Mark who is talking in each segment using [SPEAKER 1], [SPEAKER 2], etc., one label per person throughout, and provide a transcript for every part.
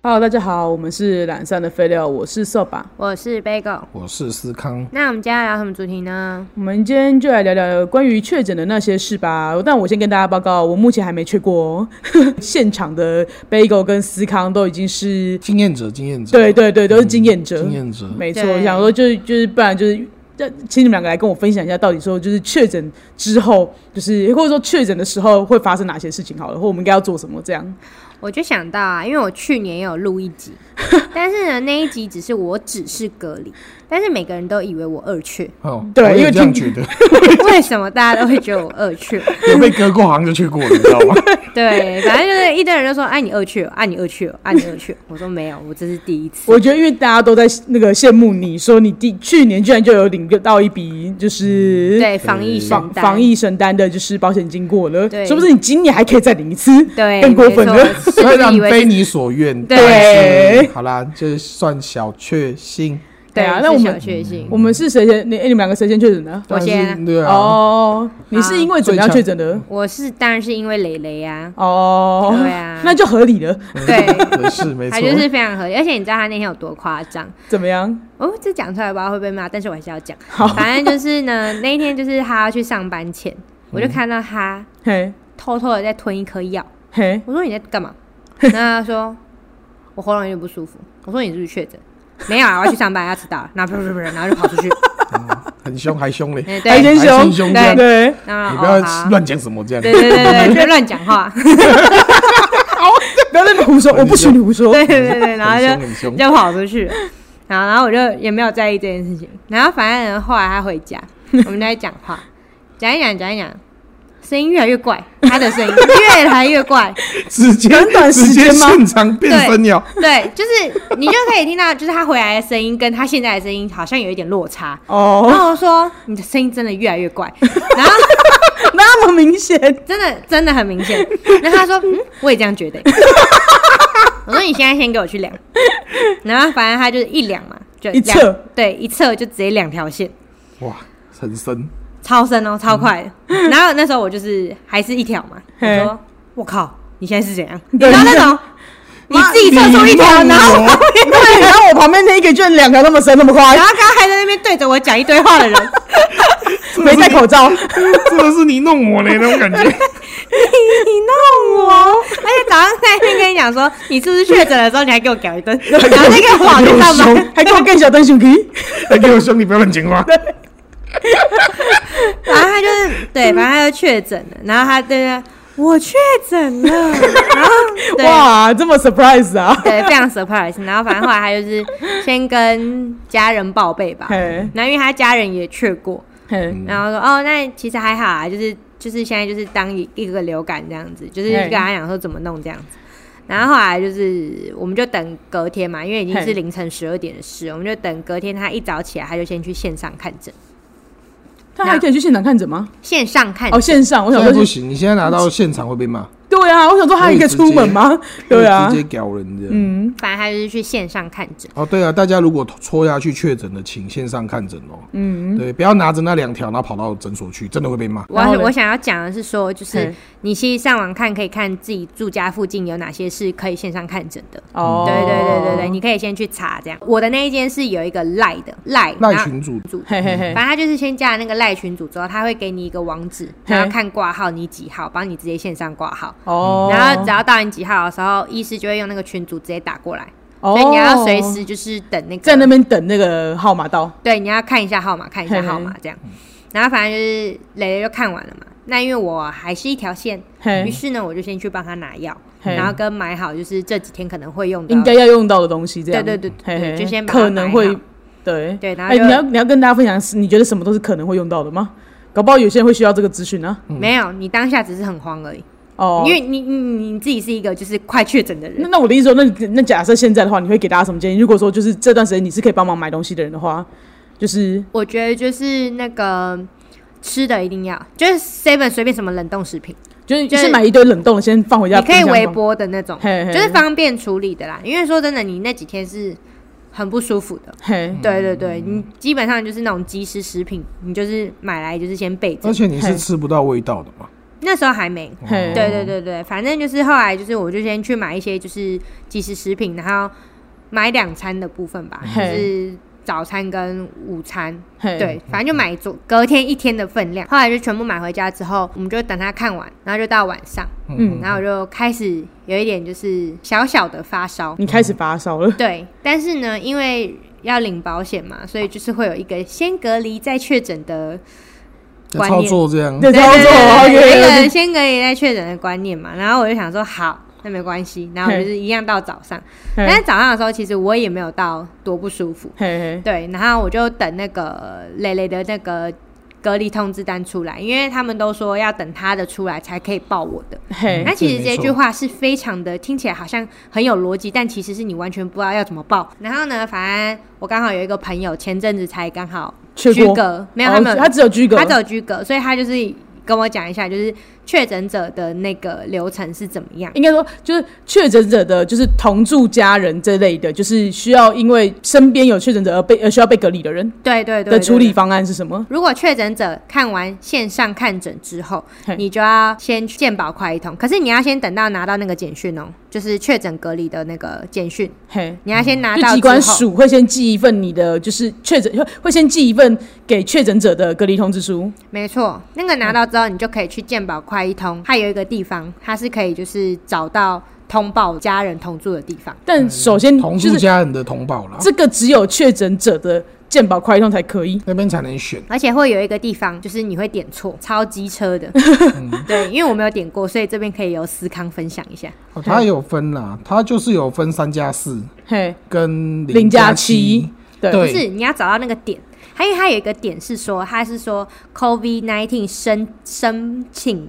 [SPEAKER 1] Hello，大家好，我们是懒散的废料，我是扫把。
[SPEAKER 2] 我是 Bagel。
[SPEAKER 3] 我是思康，
[SPEAKER 2] 那我们今天要聊什么主题呢？
[SPEAKER 1] 我们今天就来聊聊关于确诊的那些事吧。但我先跟大家报告，我目前还没确过哦。 现场的 Bagel 跟思康都已经是，
[SPEAKER 3] 经验者，经验者，
[SPEAKER 1] 对对对，都是经验者。
[SPEAKER 3] 嗯经验者，
[SPEAKER 1] 没错，
[SPEAKER 2] 对
[SPEAKER 1] 我想说就是就是，不然就是。要请你们两个来跟我分享一下，到底说就是确诊之后，就是或者说确诊的时候会发生哪些事情好了，或我们应该要做什么这样。
[SPEAKER 2] 我就想到啊，因为我去年也有录一 集，但是呢，那一集只是我只是隔离，但是每个人都以为我二 确。
[SPEAKER 3] 哦，
[SPEAKER 1] 对
[SPEAKER 3] 我也
[SPEAKER 1] 因为
[SPEAKER 3] 这样
[SPEAKER 1] 听
[SPEAKER 3] 觉得，
[SPEAKER 2] 为什么大家都会觉得我二确？
[SPEAKER 3] 有被割过好像就去过了，你知道 吗？
[SPEAKER 2] 对，反正就是一堆人都说：“哎，你二确哦，哎，你二确哦，哎，你二确哦。” 我说没有，我这是第一次。
[SPEAKER 1] 我觉得，因为大家都在那个羡慕你说你第去年居然就有领到一笔，就是
[SPEAKER 3] 嗯
[SPEAKER 2] 对，防疫
[SPEAKER 1] 防
[SPEAKER 2] 神单
[SPEAKER 1] 呃防疫承担的就是保险金过了，
[SPEAKER 2] 对
[SPEAKER 1] 说不定你今年还可以再领一次，
[SPEAKER 2] 对，
[SPEAKER 1] 更过
[SPEAKER 2] 没
[SPEAKER 1] 分
[SPEAKER 2] 错
[SPEAKER 1] 了。
[SPEAKER 2] 是
[SPEAKER 3] 虽
[SPEAKER 2] 不是
[SPEAKER 3] 然
[SPEAKER 2] 以为
[SPEAKER 3] 非
[SPEAKER 2] 是
[SPEAKER 3] 你所愿，
[SPEAKER 2] 对
[SPEAKER 3] 但是好啦，这算小确幸。
[SPEAKER 1] 对
[SPEAKER 2] 对
[SPEAKER 1] 啊
[SPEAKER 2] 是
[SPEAKER 1] 那我们
[SPEAKER 2] 小确幸
[SPEAKER 1] 我。们是谁先？你哎你们两个谁先确诊的？
[SPEAKER 2] 我先啊
[SPEAKER 3] 但是对啊，
[SPEAKER 1] 哦，你是因为怎么样确诊的？
[SPEAKER 2] 我是当然是因为蕾 蕾啊，
[SPEAKER 1] 哦，
[SPEAKER 2] 对啊
[SPEAKER 1] 那就合理了。
[SPEAKER 2] 对，
[SPEAKER 3] 对是没
[SPEAKER 2] 他
[SPEAKER 3] 错，
[SPEAKER 2] 就是非常合理，而且你知道他那天有多夸张？
[SPEAKER 1] 怎么样？
[SPEAKER 2] 哦，这讲出来不知道会被骂，但是我还是要讲。反正就是呢，那一天就是他要去上班前，我就
[SPEAKER 3] 嗯
[SPEAKER 2] 看到他
[SPEAKER 1] 嘿，
[SPEAKER 2] 偷偷的在吞一颗药。
[SPEAKER 1] 嘿，
[SPEAKER 2] 我说你在干 嘛？然后他说我喉咙有点不舒服。我说你是不是确诊？没有啊，我要去上班，要迟到了。然后不是不是，然后就跑出去。
[SPEAKER 3] 很凶还凶嘞，
[SPEAKER 2] 哎，
[SPEAKER 1] 白
[SPEAKER 2] 对，
[SPEAKER 1] 先
[SPEAKER 3] 白
[SPEAKER 1] 雄，
[SPEAKER 3] 先雄
[SPEAKER 1] 对
[SPEAKER 2] 对
[SPEAKER 1] 对，
[SPEAKER 2] 然后
[SPEAKER 3] 你
[SPEAKER 2] 哦
[SPEAKER 3] 不要
[SPEAKER 2] 好啊
[SPEAKER 3] 乱讲什么这样。
[SPEAKER 2] 对对对对，就乱讲话。
[SPEAKER 1] 不要在那边胡说，我不许你胡说。
[SPEAKER 2] 对对 对对，然后
[SPEAKER 3] 很
[SPEAKER 2] 就
[SPEAKER 3] 凶很凶，
[SPEAKER 2] 就跑出去了。然后，然后我就也没有在意这件事情。然后，反正后来他回家，我们就在讲话，讲一讲，讲一讲，声音越来越怪，他的声音越来越怪。
[SPEAKER 3] 直接
[SPEAKER 1] 短短时
[SPEAKER 3] 直接
[SPEAKER 1] 间吗
[SPEAKER 3] 现场变身鸟，
[SPEAKER 2] 对，就是你就可以听到，就是他回来的声音跟他现在的声音好像有一点落差。然
[SPEAKER 1] 哦，
[SPEAKER 2] 后我说：“你的声音真的越来越怪。”然后
[SPEAKER 1] 那么明显，
[SPEAKER 2] 真的真的很明显。然后他说：“嗯，我也这样觉得。”我说：“你现在先给我去量。”然后反正他就是一量嘛，就
[SPEAKER 1] 一
[SPEAKER 2] 量
[SPEAKER 1] 测，
[SPEAKER 2] 对，一测就直接两条线。
[SPEAKER 3] 哇，很深，
[SPEAKER 2] 超深哦，超快的。然后那时候我就是还是一条嘛，我
[SPEAKER 1] 嘿
[SPEAKER 2] 说我靠，你现在是怎样？你
[SPEAKER 1] 对
[SPEAKER 2] 知道
[SPEAKER 1] 你
[SPEAKER 2] 那
[SPEAKER 1] 这
[SPEAKER 2] 种你自己测出一条，
[SPEAKER 3] 你
[SPEAKER 2] 然后
[SPEAKER 3] 弄我
[SPEAKER 1] 对，然后我旁边那一个居然两条那么深，那么快
[SPEAKER 2] 然，后刚刚还在那边对着我讲一堆话的人，
[SPEAKER 1] 没戴口罩，
[SPEAKER 3] 真的是你弄我嘞那种感觉。
[SPEAKER 2] 你弄我，而且早上在那边跟你讲说你是不是确诊的时候，你还给我搞一顿，然后那个谎你知道
[SPEAKER 3] 有
[SPEAKER 2] 吗？
[SPEAKER 1] 还给我更小灯熊皮。
[SPEAKER 3] 还哎给我凶，你不要乱讲 话。
[SPEAKER 2] 然后他就是对，反正他就确诊了，然后他对对，我确诊了，然后对
[SPEAKER 1] 哇，这么 surprise 啊！
[SPEAKER 2] 对，非常 surprise。然后反正后来他就是先跟家人报备吧，
[SPEAKER 1] 嘿，
[SPEAKER 2] 然后因为他家人也去过，
[SPEAKER 1] 嘿，
[SPEAKER 2] 然后说哦，那其实还好啊，就是就是现在就是当一一个流感这样子，就是
[SPEAKER 1] 嘿
[SPEAKER 2] 跟他讲说怎么弄这样子。
[SPEAKER 1] 嗯
[SPEAKER 2] 然后后来就是我们就等隔天嘛，因为已经
[SPEAKER 1] 嘿
[SPEAKER 2] 是凌晨十二点的事，我们就等隔天他一早起来，他就先去线上看诊，
[SPEAKER 1] 他还可以去现场看诊吗？
[SPEAKER 2] 线上看
[SPEAKER 1] 哦，
[SPEAKER 2] 诊。
[SPEAKER 1] 线上，我
[SPEAKER 3] 现
[SPEAKER 1] 想
[SPEAKER 3] 在不
[SPEAKER 1] 说，
[SPEAKER 3] 行，你现在拿到现场会被骂，
[SPEAKER 1] 对啊，我想说他还可以出门吗？对啊
[SPEAKER 3] 会，直接屌人的。
[SPEAKER 1] 嗯，
[SPEAKER 2] 反正他就是去线上看诊，
[SPEAKER 3] 哦，对啊，大家如果戳下去确诊的，请线上看诊哦。嗯，对，不要拿着那两条，然后跑到诊所去，真的会被骂。
[SPEAKER 2] 我
[SPEAKER 1] 然后嘞
[SPEAKER 2] 我想要讲的是说，就是
[SPEAKER 1] 嘿
[SPEAKER 2] 你其实上网看可以看自己住家附近有哪些是可以线上看诊的。
[SPEAKER 1] 哦，
[SPEAKER 2] 对对对对对，，你可以先去查这样。我的那一间是有一个赖的赖
[SPEAKER 3] 赖
[SPEAKER 2] 然后
[SPEAKER 3] 群主
[SPEAKER 2] 组
[SPEAKER 1] 嘿嘿嘿，
[SPEAKER 2] 反正他就是先加了那个赖群组之后，他会给你一个网址，
[SPEAKER 1] 嘿
[SPEAKER 2] 然后看挂号你几号，帮你直接线上挂号。
[SPEAKER 1] 哦，
[SPEAKER 2] 然后只要到你几号的时候，医师就会用那个群组直接打过来，
[SPEAKER 1] 哦
[SPEAKER 2] 所以你要随时就是等那个
[SPEAKER 1] 在那，边等那个号码到，
[SPEAKER 2] 对，你要看一下号码，看一
[SPEAKER 1] 嘿
[SPEAKER 2] 下
[SPEAKER 1] 嘿
[SPEAKER 2] 号码这样。然后反正就是蕾蕾就看完了嘛。那因为我还是一条线，于
[SPEAKER 1] 嘿，
[SPEAKER 2] 是呢，我就先去帮他拿药，
[SPEAKER 1] 嘿
[SPEAKER 2] 然后跟买好就是这几天可能会用到
[SPEAKER 1] 应该要用到的东西，这样，
[SPEAKER 2] 对对对
[SPEAKER 1] 嘿
[SPEAKER 2] 对
[SPEAKER 1] 嘿，
[SPEAKER 2] 就先把它
[SPEAKER 1] 可能
[SPEAKER 2] 买
[SPEAKER 1] 会
[SPEAKER 2] 好，
[SPEAKER 1] 对
[SPEAKER 2] 对然后
[SPEAKER 1] 哎，
[SPEAKER 2] 就
[SPEAKER 1] 你要你要跟大家分享，你觉得什么都是可能会用到的吗？搞不好有些人会需要这个资讯呢。
[SPEAKER 2] 没有，你当下只是很慌而已，
[SPEAKER 1] 哦，
[SPEAKER 2] 因为你你你你自己是一个就是快确诊的人
[SPEAKER 1] 那，那我的意思说，那你那假设现在的话，你会给大家什么建议？如果说就是这段时间你是可以帮忙买东西的人的话，就是
[SPEAKER 2] 我觉得就是那个吃的一定要，就是 seven 随便什么冷冻食品，
[SPEAKER 1] 就是
[SPEAKER 2] 就是
[SPEAKER 1] 先买一堆冷冻的，先放回家。
[SPEAKER 2] 你可以微，波的那种，
[SPEAKER 1] 嘿嘿
[SPEAKER 2] 就是方便处理的啦。因为说真的，你那几天是很不舒服的。
[SPEAKER 1] 嘿，
[SPEAKER 2] 对对对，你基本上就是那种即食食品，你就是买来就是先备着
[SPEAKER 3] 而。且你
[SPEAKER 1] 嘿
[SPEAKER 3] 是吃不到味道的嘛，哦
[SPEAKER 2] 那时候还没。
[SPEAKER 1] 嘿
[SPEAKER 2] 对对对对，反正就是后来就是我就先去买一些就是即食食品，然后买两餐的部分吧，就
[SPEAKER 1] 嘿
[SPEAKER 2] 是早餐跟午餐。
[SPEAKER 1] 嘿，
[SPEAKER 2] 对，反正就买昨隔天一天的分量，后来就全部买回家之后，我们就等他看完，然后就到晚上，
[SPEAKER 1] 嗯
[SPEAKER 2] 然后我就开始有一点就是小小的发烧，
[SPEAKER 1] 你开始发烧了，
[SPEAKER 2] 对，但是呢，因为要领保险嘛，所以就是会有一个先隔离再确诊的
[SPEAKER 3] 在操作这样，
[SPEAKER 1] 对，
[SPEAKER 2] 对
[SPEAKER 1] 操
[SPEAKER 2] 对
[SPEAKER 1] 作
[SPEAKER 2] 对
[SPEAKER 1] 好
[SPEAKER 2] 对对有一
[SPEAKER 1] 远
[SPEAKER 2] 个，先隔离再确诊的观念嘛，然后我就想说好，那没关系，然后我就是一样到早上，但
[SPEAKER 1] 嘿
[SPEAKER 2] 是早上的时候其实我也没有到多不舒服，
[SPEAKER 1] 嘿
[SPEAKER 2] 对，然后我就等那个蕾蕾的那个隔离通知单出来，因为他们都说要等他的出来才可以报我的。
[SPEAKER 1] 嘿
[SPEAKER 2] 那
[SPEAKER 1] 嘿，
[SPEAKER 2] 其实
[SPEAKER 3] 对没
[SPEAKER 2] 这
[SPEAKER 3] 错
[SPEAKER 2] 句话是非常的，听起来好像很有逻辑，但其实是你完全不知道要怎么报。然后呢，反正我刚好有一个朋友前阵子才刚好
[SPEAKER 1] 确
[SPEAKER 2] 居
[SPEAKER 1] 过
[SPEAKER 2] 格，没有
[SPEAKER 1] 哦
[SPEAKER 2] 他们，
[SPEAKER 1] 他只有居格，
[SPEAKER 2] 他只有居格，所以他就是跟我讲一下，就是确诊者的那个流程是怎么样。
[SPEAKER 1] 应该说，就是确诊者的，就是同住家人这类的，就是需要因为身边有确诊者而被而呃需要被隔离的人
[SPEAKER 2] 对对对
[SPEAKER 1] 的
[SPEAKER 2] 对
[SPEAKER 1] 处
[SPEAKER 2] 对
[SPEAKER 1] 理方案是什么？
[SPEAKER 2] 如果确诊者看完线上看诊之后
[SPEAKER 1] 嘿，
[SPEAKER 2] 你就要先去健保快一通，可是你要先等到拿到那个简讯哦，就是确诊隔离的那个简讯，
[SPEAKER 1] 嘿，
[SPEAKER 2] 你要先拿
[SPEAKER 1] 就嗯
[SPEAKER 2] 到
[SPEAKER 1] 机
[SPEAKER 2] 之后
[SPEAKER 1] 关署会先寄一份你的，就是确诊会会先寄一份给确诊者的隔离通知书。
[SPEAKER 2] 没错，那个拿到之后，你就可以去健保快一通，它有一个地方，它是可以就是找到通报家人同住的地方。
[SPEAKER 1] 但首先
[SPEAKER 3] 嗯同
[SPEAKER 1] 就
[SPEAKER 3] 住
[SPEAKER 1] 是
[SPEAKER 3] 家人的同胞啦，
[SPEAKER 1] 这个只有确诊者的健保快通才可以。
[SPEAKER 3] 那边才能选。
[SPEAKER 2] 而且会有一个地方，就是你会点错，超机 车的。对，因为我没有点过，所以这边可以由思康分享一下。
[SPEAKER 3] 哦，它有分啦，它就是有分三加四
[SPEAKER 1] 嘿，
[SPEAKER 3] 跟
[SPEAKER 1] 零加
[SPEAKER 3] 七
[SPEAKER 1] 七，对
[SPEAKER 2] 不是，你要找到那个点。还有还有一个点是说，他是说 COVID nineteen 申申请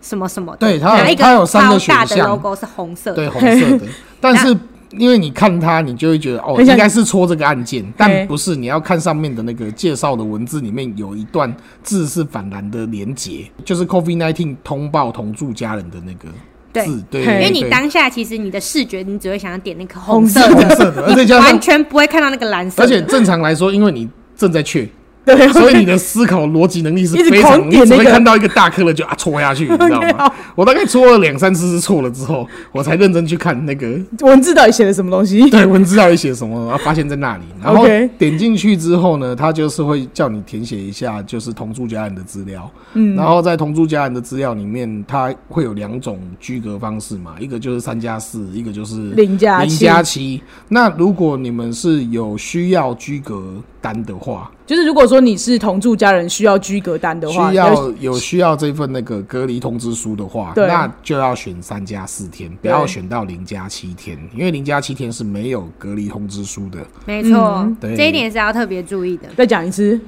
[SPEAKER 2] 什么什么的，
[SPEAKER 3] 对它有
[SPEAKER 2] 哪一个
[SPEAKER 3] 它有三个
[SPEAKER 2] 超
[SPEAKER 3] 选
[SPEAKER 2] 大的
[SPEAKER 3] 项
[SPEAKER 2] logo 是红色的，
[SPEAKER 3] 对，红 色的。但是因为你看它，你就会觉得哦，
[SPEAKER 1] 很
[SPEAKER 3] 应
[SPEAKER 1] 想
[SPEAKER 3] 该是戳这个按键，
[SPEAKER 1] 嘿
[SPEAKER 3] 但不是。你要看上面的那个介绍的文字里面有一段字是反蓝的连结，就是 COVID-19 通报同住家人的那个
[SPEAKER 2] 对
[SPEAKER 3] 字。对，
[SPEAKER 1] 嘿
[SPEAKER 2] 因为
[SPEAKER 3] 对
[SPEAKER 2] 你当下其实你的视觉，你只会想要点那个
[SPEAKER 1] 红
[SPEAKER 2] 红色
[SPEAKER 3] 红
[SPEAKER 2] 的，
[SPEAKER 3] 色的，而且加
[SPEAKER 2] 完
[SPEAKER 3] 上，
[SPEAKER 2] 全不会看到那个蓝色
[SPEAKER 3] 而
[SPEAKER 2] 的。
[SPEAKER 3] 且正常来说，因为你正在去。
[SPEAKER 1] 对，
[SPEAKER 3] 所以你的思考逻辑能力是
[SPEAKER 1] 一直
[SPEAKER 3] 非
[SPEAKER 1] 狂
[SPEAKER 3] 常，你
[SPEAKER 1] 点
[SPEAKER 3] 只
[SPEAKER 1] 那
[SPEAKER 3] 会
[SPEAKER 1] 个哦
[SPEAKER 3] 看到一个大颗了就啊戳下去，你 知道
[SPEAKER 1] OK，
[SPEAKER 3] 吗
[SPEAKER 1] 好？
[SPEAKER 3] 我大概戳了两三次是错了之后，我才认真去看那个
[SPEAKER 1] 文字到底写的什么东西？
[SPEAKER 3] 对文字到底写什么，然后啊发现在那里，然后
[SPEAKER 1] OK
[SPEAKER 3] 点进去之后呢，他就是会叫你填写一下就是同住家人的资料，嗯，然后在同住家人的资料里面，它会有两种居隔方式嘛，一个就是三加四，一个就是
[SPEAKER 1] 零加
[SPEAKER 3] 零
[SPEAKER 1] 七，
[SPEAKER 3] 加七。那如果你们是有需要居隔单的话，
[SPEAKER 1] 就是如果说你是同住家人需要居隔单的话，
[SPEAKER 3] 需要有需要这份那个隔离通知书的话，
[SPEAKER 1] 对
[SPEAKER 3] 那就要选三加四天，不要选到零加七天，因为零加七天是没有隔离通知书的。
[SPEAKER 2] 没错
[SPEAKER 1] 嗯，
[SPEAKER 3] 对
[SPEAKER 2] 这一点是要特别注意的。
[SPEAKER 1] 再讲一次。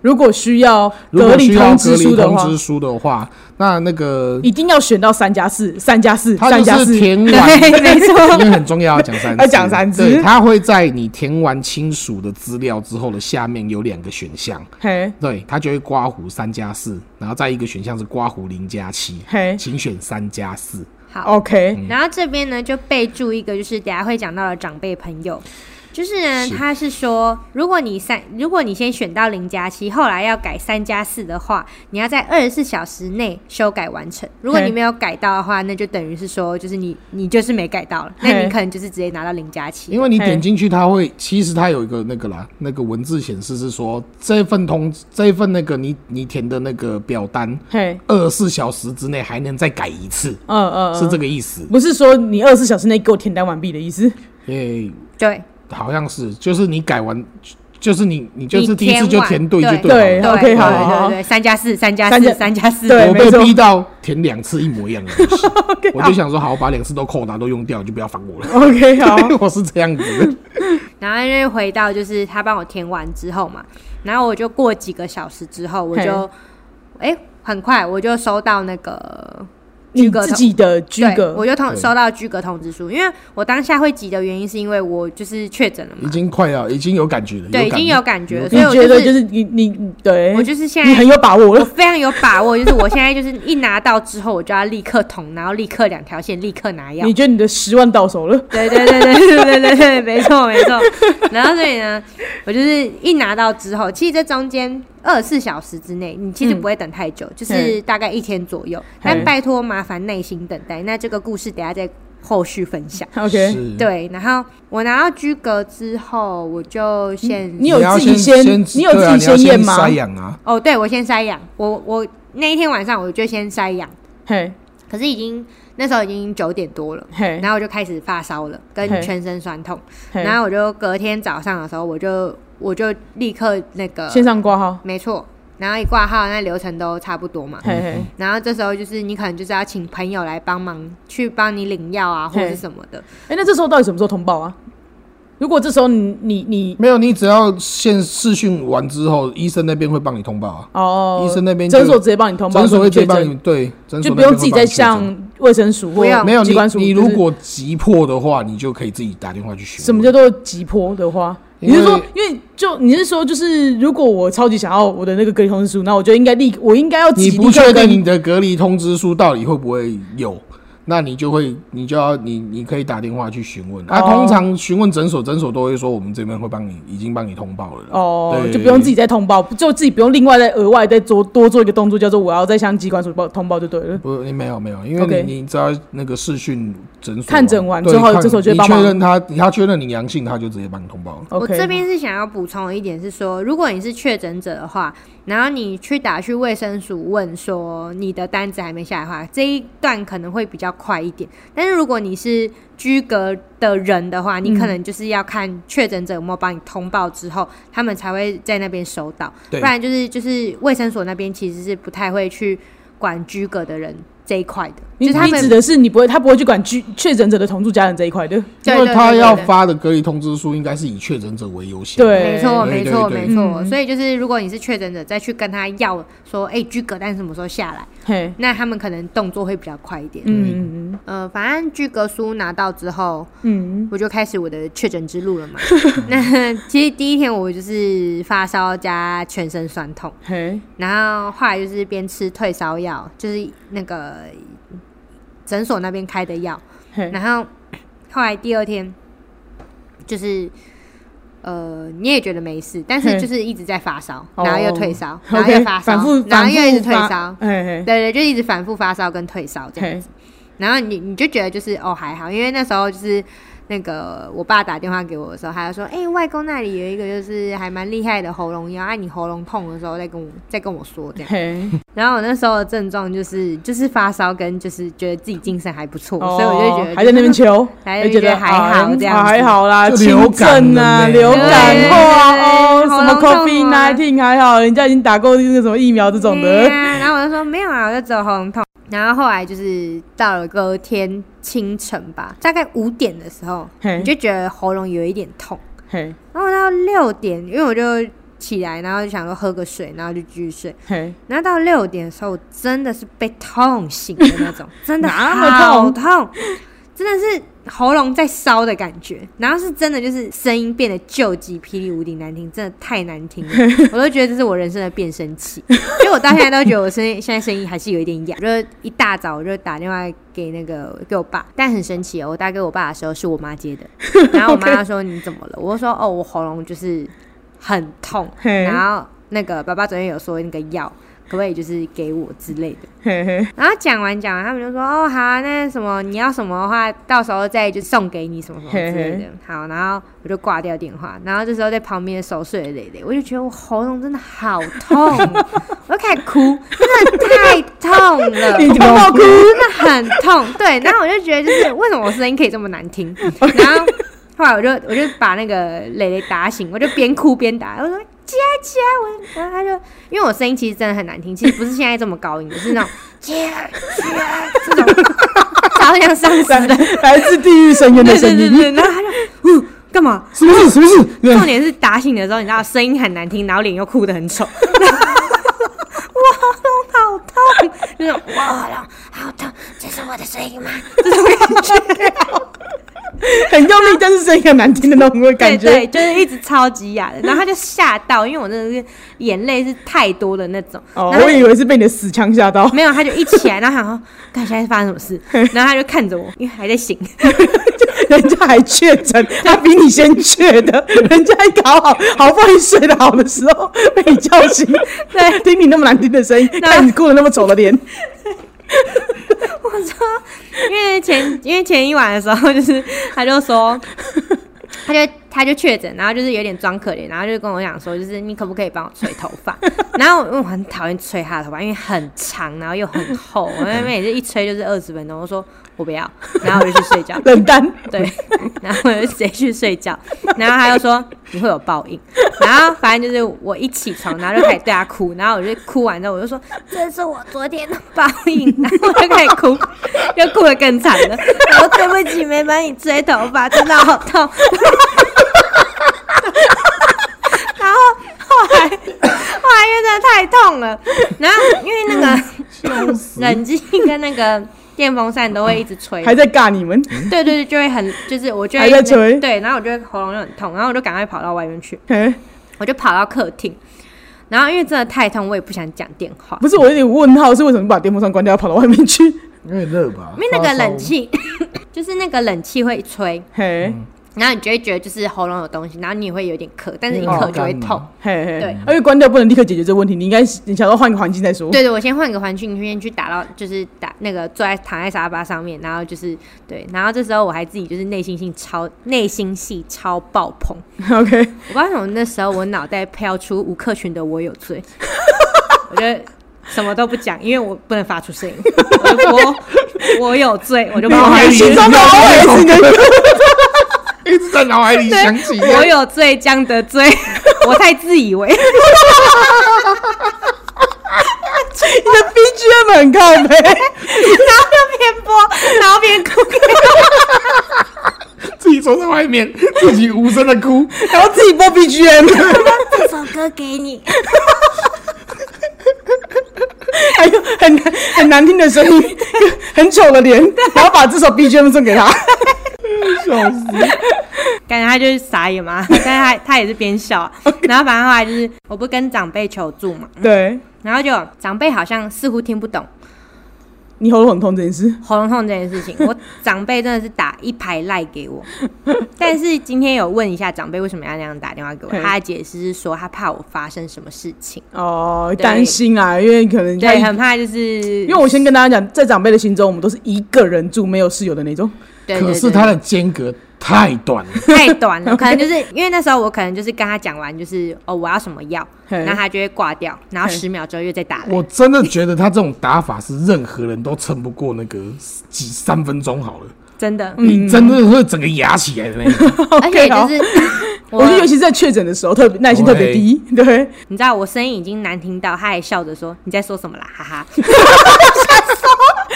[SPEAKER 1] 如果需要
[SPEAKER 3] 嗯如
[SPEAKER 1] 隔
[SPEAKER 3] 果
[SPEAKER 1] 离
[SPEAKER 3] 需要
[SPEAKER 1] 通
[SPEAKER 3] 隔
[SPEAKER 1] 知
[SPEAKER 3] 离
[SPEAKER 1] 书的
[SPEAKER 3] 通
[SPEAKER 1] 话，
[SPEAKER 3] 知书的话，那那个
[SPEAKER 1] 一定要选到三加四，三加四，
[SPEAKER 3] 它
[SPEAKER 1] 三加
[SPEAKER 3] 就
[SPEAKER 1] 四
[SPEAKER 3] 是，填 完，
[SPEAKER 2] 对，没错，
[SPEAKER 3] 因为很重要，要讲三次，
[SPEAKER 1] 要讲三次
[SPEAKER 3] 对，它会在你填完亲属的资料之后的下面有两个选项，
[SPEAKER 1] 嘿，
[SPEAKER 3] 对，它就会刮胡三加四，然后再一个选项是刮胡零加七，
[SPEAKER 1] 嘿
[SPEAKER 3] 请选三加四。
[SPEAKER 1] 哎
[SPEAKER 2] 好。
[SPEAKER 3] 嗯
[SPEAKER 1] ，OK，
[SPEAKER 2] 然后这边呢就备注一个，就是等下会讲到的长辈朋友，就是呢，
[SPEAKER 3] 是
[SPEAKER 2] 他是说，如果你三，如果你先选到零加七，后来要改三加四的话，你要在二十四小时内修改完成。如果
[SPEAKER 1] 嘿
[SPEAKER 2] 你没有改到的话，那就等于是说，就是你你就是没改到了，那你
[SPEAKER 1] 嘿
[SPEAKER 2] 可能就是直接拿到零加七
[SPEAKER 3] 因。为你
[SPEAKER 1] 嘿
[SPEAKER 3] 点进去，它会其实它有一个那个啦，那个文字显示是说这份通这份那个你你填的那个表单，
[SPEAKER 1] 嘿，
[SPEAKER 3] 二十四小时之内还能再改一次，
[SPEAKER 1] 嗯嗯，
[SPEAKER 3] 是这
[SPEAKER 1] 个，
[SPEAKER 3] 个意思。
[SPEAKER 1] 不是说你二十四小时内给我填单完毕的意 思。
[SPEAKER 3] 诶、
[SPEAKER 2] 对，
[SPEAKER 3] 好像是，就是你改完，就是你你就是
[SPEAKER 2] 你
[SPEAKER 3] 第一次
[SPEAKER 2] 填
[SPEAKER 3] 就
[SPEAKER 2] 完
[SPEAKER 3] 填对就
[SPEAKER 2] 对
[SPEAKER 3] 对了。
[SPEAKER 1] OK，
[SPEAKER 2] 对
[SPEAKER 1] 好
[SPEAKER 2] 对
[SPEAKER 1] 好好
[SPEAKER 2] 对对，三加四，三加
[SPEAKER 1] 三
[SPEAKER 2] 四，
[SPEAKER 1] 加
[SPEAKER 2] 三加四，
[SPEAKER 1] 对
[SPEAKER 3] 我
[SPEAKER 1] 没
[SPEAKER 3] 被
[SPEAKER 1] 错
[SPEAKER 3] 逼到填两次一模一 样的东西，
[SPEAKER 1] OK，
[SPEAKER 3] 我就想说好，我把两次都扣拿都用掉，你就不要烦我了。
[SPEAKER 1] 好 OK，好，
[SPEAKER 3] 我是这样子的，
[SPEAKER 2] 然后就回到就是他帮我填完之后嘛，然后我就过几个小时之后，我就哎、很快我就收到那个
[SPEAKER 1] 你
[SPEAKER 2] 居格
[SPEAKER 1] 自
[SPEAKER 2] 通
[SPEAKER 1] 己的居
[SPEAKER 2] 对
[SPEAKER 1] 格
[SPEAKER 2] 我，就通
[SPEAKER 3] 对
[SPEAKER 2] 收到居格通知书，因为我当下会急的原因是因为我就是确诊了
[SPEAKER 3] 已
[SPEAKER 2] 嘛，
[SPEAKER 3] 经快要已经有感觉了，
[SPEAKER 2] 对，已
[SPEAKER 3] 感
[SPEAKER 2] 经有感觉了，所
[SPEAKER 1] 你
[SPEAKER 2] 以我
[SPEAKER 1] 觉得
[SPEAKER 2] 就
[SPEAKER 1] 就是是你你你对
[SPEAKER 2] 我，就是现
[SPEAKER 1] 你
[SPEAKER 2] 在
[SPEAKER 1] 很有把握
[SPEAKER 2] 我
[SPEAKER 1] 了。
[SPEAKER 2] 非常有把握，就是我现在就是一拿到之后我就要立刻捅，然后立刻两条线立刻拿药
[SPEAKER 1] 你。觉得你的十万到手 了？
[SPEAKER 2] 对对对对对对对对，没错没错。然后所以呢，我就是一拿到之后，其实这中间二十四小时之内，你其实不会等太久，
[SPEAKER 1] 嗯
[SPEAKER 2] 就是大概一天左右。但拜托麻烦耐心等待。那这个故事等下再后续分享。
[SPEAKER 1] OK，
[SPEAKER 3] 是，
[SPEAKER 2] 对，然后我拿到居格之后，我就先
[SPEAKER 1] 你有
[SPEAKER 3] 要
[SPEAKER 1] 自己先你有
[SPEAKER 3] 对啊
[SPEAKER 1] 自己先
[SPEAKER 3] 你要
[SPEAKER 1] 验吗
[SPEAKER 3] 塞痒啊，
[SPEAKER 2] 哦，对我先塞养，我我那一天晚上我就先塞养，
[SPEAKER 1] 嘿，
[SPEAKER 2] 可是已经那时候已经九点多了，
[SPEAKER 1] 嘿，
[SPEAKER 2] 然后我就开始发烧了，跟
[SPEAKER 1] 嘿
[SPEAKER 2] 全身酸痛，
[SPEAKER 1] 嘿，
[SPEAKER 2] 然后我就隔天早上的时候，我就我就立刻那个
[SPEAKER 1] 线上挂号，
[SPEAKER 2] 没错，然后一挂号，那流程都差不多嘛。
[SPEAKER 1] 嘿
[SPEAKER 3] 嗯
[SPEAKER 1] 嘿，
[SPEAKER 2] 然后这时候就是你可能就是要请朋友来帮忙去帮你领药啊，或者是
[SPEAKER 1] 嘿
[SPEAKER 2] 什么的。
[SPEAKER 1] 哎，那这时候到底什么时候通报啊？如果这时候你你你
[SPEAKER 3] 没有，你只要先试训完之后，医生那边会帮你通报啊，
[SPEAKER 1] 哦
[SPEAKER 3] 医，生那边就
[SPEAKER 1] 诊所直接帮你通报，
[SPEAKER 3] 诊所会
[SPEAKER 1] 确
[SPEAKER 3] 直接帮
[SPEAKER 1] 诊，
[SPEAKER 3] 你对，诊所
[SPEAKER 1] 就
[SPEAKER 3] 那
[SPEAKER 1] 不
[SPEAKER 3] 边
[SPEAKER 1] 用
[SPEAKER 3] 会
[SPEAKER 1] 自己
[SPEAKER 3] 帮
[SPEAKER 1] 再
[SPEAKER 3] 你确诊
[SPEAKER 1] 向卫生署或
[SPEAKER 2] 不用
[SPEAKER 3] 没有
[SPEAKER 1] 啊机关署。
[SPEAKER 3] 你，你
[SPEAKER 1] 就是
[SPEAKER 3] 如果急迫的话，你就可以自己打电话去询问。
[SPEAKER 1] 什么叫做急迫的话？
[SPEAKER 3] 因
[SPEAKER 1] 你
[SPEAKER 3] 为
[SPEAKER 1] 是说，因为就你是说，就是如果我超级想要我的那个隔离通知书，那我就应该立，我应该要自己立
[SPEAKER 3] 你不
[SPEAKER 1] 刻
[SPEAKER 3] 确
[SPEAKER 1] 跟
[SPEAKER 3] 定你的隔离通知书到底会不会有，那你就会，你就要你你可以打电话去询问。啊，
[SPEAKER 1] 哦
[SPEAKER 3] 通常询问诊所，诊所都会说我们这边会帮你，已经帮你通报了啦。
[SPEAKER 1] 哦，
[SPEAKER 3] 对
[SPEAKER 1] 就不用自己再通报，就自己不用另外再额外再做多做一个动作，叫做我要再向机关署报通报就对了。
[SPEAKER 3] 不，你没有没有，因为
[SPEAKER 1] OK
[SPEAKER 3] 你你只要那个视讯诊所啊
[SPEAKER 1] 看诊完
[SPEAKER 3] 对
[SPEAKER 1] 之后
[SPEAKER 3] 看
[SPEAKER 1] 诊所就会
[SPEAKER 3] 你
[SPEAKER 1] 帮忙
[SPEAKER 3] 确认他，他确认你阳性，他就直接帮你通报了。
[SPEAKER 2] 我
[SPEAKER 1] OK，
[SPEAKER 2] 这边是想要补充一点是说，如果你是确诊者的话，然后你去打去卫生署问说你的单子还没下来的话，这一段可能会比较快一点。但是如果你是居隔的人的话，
[SPEAKER 3] 嗯
[SPEAKER 2] 你可能就是要看确诊者有没有帮你通报之后，他们才会在那边收到，不
[SPEAKER 3] 对
[SPEAKER 2] 然就是就是卫生所那边其实是不太会去管居隔的人这一块的，就
[SPEAKER 1] 你
[SPEAKER 2] 是他
[SPEAKER 1] 你
[SPEAKER 2] 们
[SPEAKER 1] 指的是你不会，他不会去管居确诊者的同住家人这一块的。
[SPEAKER 2] 对
[SPEAKER 3] 因为
[SPEAKER 2] 对
[SPEAKER 3] 他
[SPEAKER 2] 对
[SPEAKER 3] 要
[SPEAKER 2] 对
[SPEAKER 3] 发的隔离通知书应该是以确诊者为优先。
[SPEAKER 1] 对
[SPEAKER 2] 没错，
[SPEAKER 3] 对
[SPEAKER 2] 没
[SPEAKER 3] 对
[SPEAKER 2] 错，
[SPEAKER 3] 对
[SPEAKER 2] 没错。
[SPEAKER 1] 嗯
[SPEAKER 2] 所以就是，如果你是确诊者，再去跟他要说，哎、居隔单什么时候下来？
[SPEAKER 1] 嘿，
[SPEAKER 3] 嗯
[SPEAKER 2] 那他们可能动作会比较快一点。
[SPEAKER 1] 嗯嗯
[SPEAKER 2] 呃，反正居隔书拿到之后，
[SPEAKER 1] 嗯，
[SPEAKER 2] 我就开始我的确诊之路 了嘛。那其实第一天我就是发烧加全身酸痛，
[SPEAKER 1] 嘿，
[SPEAKER 2] 然后后来就是边吃退烧药，就是那个诊所那边开的药，
[SPEAKER 1] 嘿，
[SPEAKER 2] 然后后来第二天就是呃，你也觉得没事，但是
[SPEAKER 1] 嘿
[SPEAKER 2] 就是一直在发烧，
[SPEAKER 1] 哦
[SPEAKER 2] 然后又退烧，然后
[SPEAKER 1] OK，
[SPEAKER 2] 又发烧
[SPEAKER 1] 反复，
[SPEAKER 2] 然后
[SPEAKER 1] 反复
[SPEAKER 2] 又一直退
[SPEAKER 1] 发
[SPEAKER 2] 烧，
[SPEAKER 1] 嘿嘿
[SPEAKER 2] 对对，就一直反复发烧跟退烧这样
[SPEAKER 1] 嘿
[SPEAKER 2] 子。然后你你就觉得就是哦还好，因为那时候就是。那个我爸打电话给我的时候，他就说：“哎、外公那里有一个就是还蛮厉害的喉咙药，啊，你喉咙痛的时候再跟我再跟我说这样。
[SPEAKER 1] 嘿，”
[SPEAKER 2] 然后我那时候的症状就是就是发烧跟就是觉得自己精神还不错，所以我就觉得、
[SPEAKER 1] 哦还在那边求，
[SPEAKER 2] 还
[SPEAKER 1] 就觉得
[SPEAKER 2] 还好
[SPEAKER 1] 啊
[SPEAKER 2] 这样子
[SPEAKER 1] 还好啦，
[SPEAKER 3] 就
[SPEAKER 1] 轻
[SPEAKER 3] 流感
[SPEAKER 1] 症啊，
[SPEAKER 3] 了没
[SPEAKER 1] 流感
[SPEAKER 2] 对
[SPEAKER 1] 后啊，
[SPEAKER 2] 对
[SPEAKER 1] 哦，什么
[SPEAKER 2] 喉咙痛
[SPEAKER 1] COVID
[SPEAKER 2] 啊
[SPEAKER 1] nineteen 还好，人家已经打过那个什么疫苗这种
[SPEAKER 2] 对
[SPEAKER 1] 的，
[SPEAKER 2] 啊然后我就说没有啊，我就只有喉咙痛。然后后来就是到了隔天清晨吧，大概五点的时候，
[SPEAKER 1] 嘿
[SPEAKER 2] 你就觉得喉咙有一点痛。
[SPEAKER 1] 嘿
[SPEAKER 2] 然后到六点，因为我就起来，然后就想说喝个水，然后就继续睡。
[SPEAKER 1] 嘿，
[SPEAKER 2] 然后到六点的时候，我真的是被痛醒的那种，真的
[SPEAKER 1] 哪么
[SPEAKER 2] 好
[SPEAKER 1] 痛
[SPEAKER 2] 痛，真的是喉咙在烧的感觉，然后是真的就是声音变得救急霹雳无敌难听，真的太难 听了，我都觉得这是我人生的变声器， 所以我到现在都觉得我声音现在声音还是有一点哑。我就一大早我就打电话给那个给我爸，但很神奇哦，我打给我爸的时候是我妈接的，然后我妈说你怎么了？我就说哦，我喉咙就是很痛，
[SPEAKER 1] 嘿
[SPEAKER 2] 然后那个爸爸昨天有说那个药。可不可以就是给我之类的？
[SPEAKER 1] 嘿嘿，
[SPEAKER 2] 然后讲完讲完，他们就说哦好、啊，那什么你要什么的话，到时候再就送给你什么什么之
[SPEAKER 1] 嘿
[SPEAKER 2] 类的。好，然后我就挂掉电话，然后这时候在旁边守岁的蕾蕾，我就觉得我喉咙真的好痛，我就开始哭，真的太痛 了，
[SPEAKER 1] 你
[SPEAKER 2] 真
[SPEAKER 1] 痛到哭，
[SPEAKER 2] 的很痛。对，然后我就觉得就是为什么我声音可以这么 难听，然后。后来我就我就把那个蕾蕾打醒，我就边哭边打，我说姐姐，我然后他就因为我声音其实真的很难听，其实不是现在这么高音的，是那种姐姐这种 超像丧尸的，
[SPEAKER 1] 来自地狱深渊的
[SPEAKER 2] 对
[SPEAKER 1] 声
[SPEAKER 2] 对对
[SPEAKER 1] 音，
[SPEAKER 2] 对，然后他就 呜嗯干嘛？
[SPEAKER 3] 是不是？是 不是？对
[SPEAKER 2] 重点是打醒的时候，你知道声音很难听，然后脸又哭得 很丑。哇，喉咙好痛，就是哇，喉咙好痛，这是我的声音吗？这种感觉，
[SPEAKER 1] 很用力，但是声音很难听的那种感觉。
[SPEAKER 2] 对对，就是一直超级哑的。然后他就吓到，因为我真的是眼泪是太多的那种。
[SPEAKER 1] 哦，
[SPEAKER 2] 然后
[SPEAKER 1] 我以为是被你的死腔吓到。
[SPEAKER 2] 没有， 他就一起来，然后想说，看现在是发生什么事，然后他就看着我，因为还在醒，
[SPEAKER 1] 人家还确诊，他比你先确的， 人家一搞好，好不容易睡得好的时候被你叫醒，对，听你那么难听的声音，看你哭的那么丑的脸，
[SPEAKER 2] 我说，因为前因为前一晚的时候，就是他就说，他就他就确诊，然后就是有点装可怜，然后就跟我讲说，就是你可不可以帮我吹头发？然后我我很讨厌吹他的头发，因为很长，然后又很厚，我那边也是一吹就是二十分钟。我说我不要，然后我就去睡觉。
[SPEAKER 1] 冷淡。
[SPEAKER 2] 对，然后我就直接去睡觉，然后他又说你会有报应，然后反正就是我一起床，然后就开始对他哭，然后我就哭完之后我就说这是我昨天的报应，然后我就开始哭，又哭得更惨了，我说对不起没帮你吹头发，真的好痛， 然后后来后来因为真的太痛了，然后因为那个
[SPEAKER 3] 笑死！
[SPEAKER 2] 冷静跟那个电风扇都会一直吹，
[SPEAKER 1] 还在尬你们，
[SPEAKER 2] 对对对，就会很 就是我就会
[SPEAKER 1] 还在吹
[SPEAKER 2] 对，然后我就会喉咙就很痛，然后我就赶快跑到外面去，
[SPEAKER 1] 嘿
[SPEAKER 2] 我就跑到客厅，然后因为真的太痛，我也不想讲电话，
[SPEAKER 1] 不是我有点问号，是为什么不把电风扇关掉，跑到外面去？
[SPEAKER 3] 因为热吧，
[SPEAKER 2] 因为那个
[SPEAKER 3] 发烧
[SPEAKER 2] 冷气 就是那个冷气会吹，
[SPEAKER 1] 嘿，
[SPEAKER 2] 然后你就会觉得就是喉咙有东西，然后你也会有点咳，但是一
[SPEAKER 3] 因为
[SPEAKER 2] 咳就会
[SPEAKER 3] 嗯哦干嘛
[SPEAKER 2] 痛。
[SPEAKER 1] 嘿嘿，
[SPEAKER 2] 对
[SPEAKER 1] 啊因为关掉不能立刻解决这个问题，你应该你想要换个环境再说。
[SPEAKER 2] 对对，我先换个环境，先去打到就是打那个坐在躺在沙发上面，然后就是对，然后这时候我还自己就是内心性超内心戏超爆棚，
[SPEAKER 1] ，OK，
[SPEAKER 2] 我不知道为什么那时候我脑袋飘出吴克群的《我有 罪》，我觉得什么都不讲，因为我不能发出声音。我我我有 罪，我就
[SPEAKER 3] 脑
[SPEAKER 2] 冒
[SPEAKER 3] 海
[SPEAKER 2] 开
[SPEAKER 3] 里
[SPEAKER 1] 心中的 OS 你的
[SPEAKER 3] 一直在脑海里想起。
[SPEAKER 2] 我有罪，江得罪， 我太自以为。
[SPEAKER 1] 你的 BGM 很靠背。
[SPEAKER 2] 然后就边播，然后边哭，
[SPEAKER 3] 自己走在外面，自己无声的哭，
[SPEAKER 1] 然后自己播 BGM，
[SPEAKER 2] 这首歌给你。
[SPEAKER 1] 还有很难很难听的声音，很丑的脸，然后把这首 BGM 送给 他。
[SPEAKER 3] 笑死！
[SPEAKER 2] 感觉他就是傻眼嘛，但是他他也是边笑 啊，然后反正后来就是我不跟长辈求助嘛，
[SPEAKER 1] 对
[SPEAKER 2] 然后就长辈好像似乎听不懂，
[SPEAKER 1] 你喉咙很痛这件事，
[SPEAKER 2] 喉咙痛这件事情， 我长辈真的是打一排赖给我，但是今天有问一下长辈为什么要那样打电话给我，
[SPEAKER 1] 嘿
[SPEAKER 2] 他的解释是说他怕我发生什么事情，
[SPEAKER 1] 哦，
[SPEAKER 2] 对
[SPEAKER 1] 担心啊，因为可能他
[SPEAKER 2] 对，很怕就是因
[SPEAKER 1] 因为我先跟大家讲，在长辈的心中，我们都是一个人住，没有室友的那种。
[SPEAKER 2] 对
[SPEAKER 3] 可是他的间隔太短了，
[SPEAKER 2] 太 短了，可能就是因为那时候我可能就是跟他讲完就是哦我要什么药，
[SPEAKER 1] 嘿
[SPEAKER 2] 然后他就会挂掉，然后
[SPEAKER 1] 嘿
[SPEAKER 2] 十秒之后又再打来，
[SPEAKER 3] 我真的觉得他这种打法是任何人都撑不过那个几三分钟好了，
[SPEAKER 2] 真的，
[SPEAKER 3] 你真的会整个压起来的 那种。
[SPEAKER 2] 而且
[SPEAKER 1] 嗯 OK，
[SPEAKER 2] 就
[SPEAKER 1] 好
[SPEAKER 2] 是我
[SPEAKER 1] 我觉得尤其是在确诊的时候，特别耐心特别低。对，
[SPEAKER 2] 你知道我声音已经难听到，他还笑着说你在说什么啦，哈哈，哦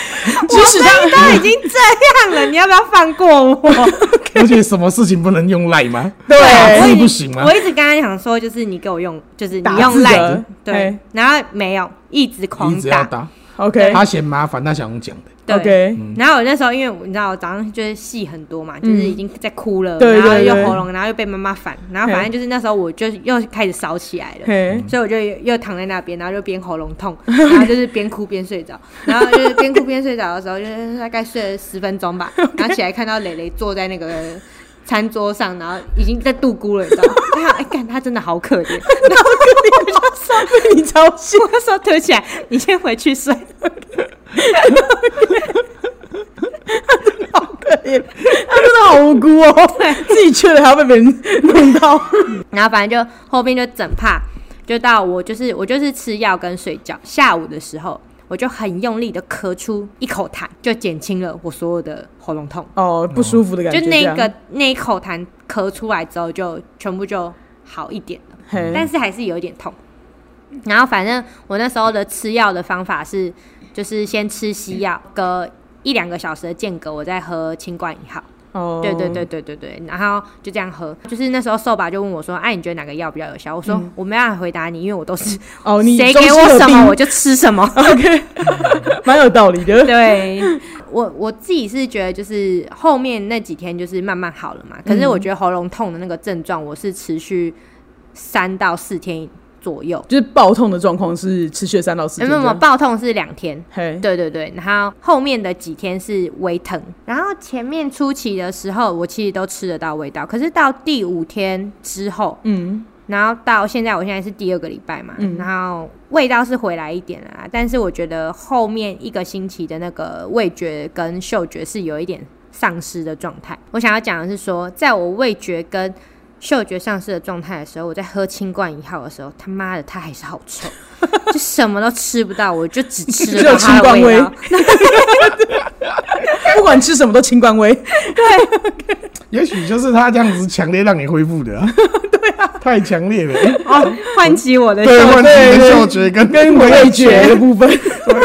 [SPEAKER 1] 即使他
[SPEAKER 2] 都已经这样了，你要不要放过 我？
[SPEAKER 3] 而且什么事情不能用赖吗？
[SPEAKER 2] 我
[SPEAKER 1] 哎
[SPEAKER 3] 打
[SPEAKER 2] 已
[SPEAKER 3] 字
[SPEAKER 2] 经
[SPEAKER 3] 不行吗
[SPEAKER 2] 我？一直跟他讲说，就是你给我用，就是你
[SPEAKER 1] 打
[SPEAKER 2] 用
[SPEAKER 1] 字的哎
[SPEAKER 2] 赖，对
[SPEAKER 1] 嘿，
[SPEAKER 2] 然后没有，一直
[SPEAKER 3] 你
[SPEAKER 2] 狂
[SPEAKER 3] 一直要打， 嗯
[SPEAKER 1] OK
[SPEAKER 3] 他嫌麻烦，他想用讲的。
[SPEAKER 2] 对。
[SPEAKER 1] OK，嗯
[SPEAKER 2] 然后我那时候因为我你知道我早上就是戏很多嘛，就是已经在哭了，
[SPEAKER 1] 对
[SPEAKER 2] 然后
[SPEAKER 1] 对
[SPEAKER 2] 又
[SPEAKER 1] 对
[SPEAKER 2] 喉咙，然后又被妈妈烦，然后反正
[SPEAKER 1] 嘿
[SPEAKER 2] 就是那时候我就又开始烧起来了。
[SPEAKER 1] 嘿，
[SPEAKER 2] 所以我就又躺在那边，然后就边喉咙痛， 然后就是边哭边睡着，然后就是边哭边睡着的时候，就是大概睡了十分钟吧，然后起来看到蕾蕾坐在那个餐桌上，然后已经在度孤了，你知道吗？他哎，看他真的好可怜，然后我就说，
[SPEAKER 1] 被你吵醒。
[SPEAKER 2] 我就说对不起来，你先回去睡。
[SPEAKER 1] 可怜，他真的好无辜哦，自己缺了还要被别人弄到。
[SPEAKER 2] 然后反正就后面就整怕，就到我就是我就是吃药跟睡觉，下午的时候。我就很用力的咳出一口痰，就减轻了我所有的喉咙痛。
[SPEAKER 1] 哦，不舒服的感
[SPEAKER 2] 就
[SPEAKER 1] 觉。
[SPEAKER 2] 那
[SPEAKER 1] 这样
[SPEAKER 2] 个那一口痰咳出来之后，就全部就好一点了，
[SPEAKER 1] 嘿
[SPEAKER 2] 但是还是有一点痛。然后反正我那时候的吃药的方法是，就是先吃西药，隔一两个小时的间隔，我再喝清冠一号。
[SPEAKER 1] 哦，
[SPEAKER 2] 对对对，对对对，然后就这样喝。就是那时候瘦吧就问我说：“哎、你觉得哪个药比较有效？”我说：“我没办法回答你，因为我都是
[SPEAKER 1] 嗯哦，你
[SPEAKER 2] 谁
[SPEAKER 1] 中
[SPEAKER 2] 给
[SPEAKER 1] 西
[SPEAKER 2] 我
[SPEAKER 1] 合
[SPEAKER 2] 什
[SPEAKER 1] 并
[SPEAKER 2] 么我就吃什么。”
[SPEAKER 1] 蛮有道理的。
[SPEAKER 2] 对我我自己是觉得，就是后面那几天就是慢慢好了嘛。可是我觉得喉咙痛的那个症状，我是持续三到四天左右。
[SPEAKER 1] 就是爆痛的状况是持续了三到四
[SPEAKER 2] 没
[SPEAKER 1] 天
[SPEAKER 2] 有
[SPEAKER 1] 这
[SPEAKER 2] 没有，
[SPEAKER 1] 样。
[SPEAKER 2] 爆痛是两天，
[SPEAKER 1] 嘿，
[SPEAKER 2] 对对对，然后后面的几天是微疼，然后前面初期的时候，我其实都吃得到味道，可是到第五天之后，
[SPEAKER 1] 嗯，
[SPEAKER 2] 然后到现在，我现在是第二个礼拜嘛，然后味道是回来一点啦，但是我觉得后面一个星期的那个味觉跟嗅觉是有一点丧失的状态。我想要讲的是说，在我味觉跟嗅觉丧失的状态的时候，我在喝清冠一号的时候，他妈的，它还是好臭，就什么都吃不到，我就只吃
[SPEAKER 1] 只
[SPEAKER 2] 得
[SPEAKER 1] 有
[SPEAKER 2] 到它
[SPEAKER 1] 清
[SPEAKER 2] 的
[SPEAKER 1] 冠
[SPEAKER 2] 味
[SPEAKER 1] 味
[SPEAKER 2] 道。
[SPEAKER 1] 不管吃什么都清官微，
[SPEAKER 3] 也许就是他这样子强烈让你恢复的、 啊，对啊，太强烈了，哎
[SPEAKER 2] 哦，唤起我的
[SPEAKER 3] 对，
[SPEAKER 2] 嗅
[SPEAKER 3] 换
[SPEAKER 2] 觉。
[SPEAKER 3] 你的嗅觉跟跟
[SPEAKER 1] 味觉的部分。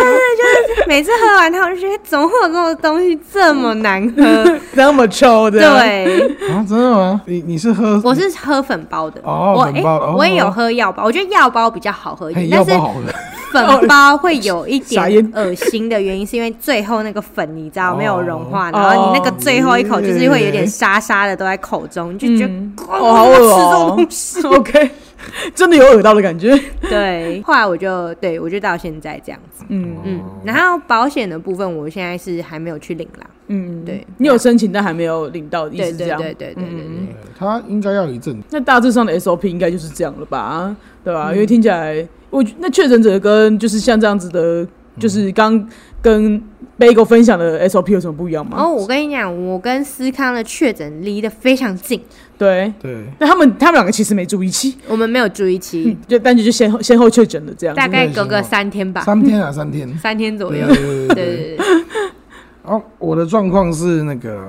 [SPEAKER 2] 每次喝完它，我就觉得怎么会有这种东西这么难喝？
[SPEAKER 1] 那么臭的，，
[SPEAKER 2] 对。
[SPEAKER 3] 啊，真的吗？你你是喝
[SPEAKER 2] 我是喝粉包的，
[SPEAKER 3] 哦
[SPEAKER 2] 我
[SPEAKER 3] 粉包
[SPEAKER 2] 诶
[SPEAKER 3] 哦
[SPEAKER 2] 我也有喝药包，我觉得药包比较好喝一
[SPEAKER 3] 嘿
[SPEAKER 2] 点，
[SPEAKER 3] 要
[SPEAKER 2] 但
[SPEAKER 3] 不
[SPEAKER 2] 是
[SPEAKER 3] 好喝？
[SPEAKER 2] 粉包会有一
[SPEAKER 1] 傻
[SPEAKER 2] 点
[SPEAKER 1] 眼
[SPEAKER 2] 恶心的原因，是因为最后那个粉你知道
[SPEAKER 3] 哦
[SPEAKER 2] 没有融化，然后你那个最后一口就是会有点沙沙的都在口中，你就觉得
[SPEAKER 1] 嗯
[SPEAKER 2] 哦
[SPEAKER 1] 哦，好恶
[SPEAKER 2] 吃这种
[SPEAKER 1] 哦
[SPEAKER 2] 东 西。
[SPEAKER 1] OK，真的有耳到的感觉。
[SPEAKER 2] 对，后来我就对我就到现在这样子，
[SPEAKER 1] 嗯
[SPEAKER 2] 嗯，然后保险的部分我现在是还没有去领啦，
[SPEAKER 1] 嗯，
[SPEAKER 2] 对
[SPEAKER 1] 你有申请但还没有领到，意思
[SPEAKER 2] 对
[SPEAKER 1] 是这
[SPEAKER 2] 对
[SPEAKER 1] 样。嗯
[SPEAKER 2] 对对对对对，
[SPEAKER 3] 他应该要有一阵子，
[SPEAKER 1] 那大致上的 SOP 应该就是这样了吧？对吧？
[SPEAKER 2] 嗯
[SPEAKER 1] 因为听起来，我觉那确诊者跟就是像这样子的，就是刚跟 Bagel 分享的 SOP 有什么不一样吗？
[SPEAKER 2] 哦，我跟你讲，我跟思康的确诊离得非常近，
[SPEAKER 1] 对，
[SPEAKER 3] 对，
[SPEAKER 1] 那他们他们两个其实没住一起，
[SPEAKER 2] 我们没有住一起，
[SPEAKER 1] 嗯， 就但就就先后先后确诊了这样子。
[SPEAKER 2] 大概隔个三天吧，
[SPEAKER 3] 三天啊，三天，嗯
[SPEAKER 2] 三天 左右。
[SPEAKER 3] 对对对
[SPEAKER 2] 对
[SPEAKER 3] 对。
[SPEAKER 2] 对对，
[SPEAKER 3] 哦，我的状况是那个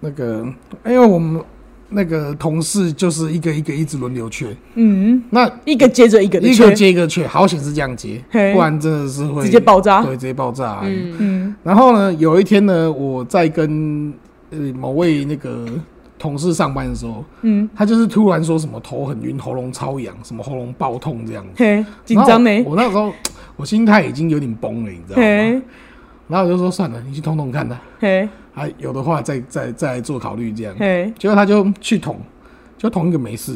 [SPEAKER 3] 那个，因为我们那个同事就是一个一个一直轮流缺，
[SPEAKER 1] 嗯，
[SPEAKER 3] 那
[SPEAKER 1] 一个接着一个的
[SPEAKER 3] 一个
[SPEAKER 1] 确，
[SPEAKER 3] 接一个缺，好险是这样接，
[SPEAKER 1] 嘿
[SPEAKER 3] 不然真的是会
[SPEAKER 1] 直接爆炸
[SPEAKER 3] 对，直接爆炸啊、
[SPEAKER 2] 嗯，
[SPEAKER 1] 嗯
[SPEAKER 3] 然后呢，有一天呢，我在跟呃某位那个同事上班的时候，
[SPEAKER 1] 嗯，
[SPEAKER 3] 他就是突然说什么头很晕、喉咙超痒、什么喉咙爆痛这样子，
[SPEAKER 1] 嘿，紧
[SPEAKER 2] 哦
[SPEAKER 1] 张呢
[SPEAKER 3] 然，后我我那时候我心态已经有点崩了，你知道吗
[SPEAKER 1] 嘿？
[SPEAKER 3] 然后我就说算了，你去捅捅看的，
[SPEAKER 1] 嘿
[SPEAKER 3] 还有的话再再再来做考虑这样。
[SPEAKER 1] 嘿
[SPEAKER 3] 结果他就去捅，就捅一个没事。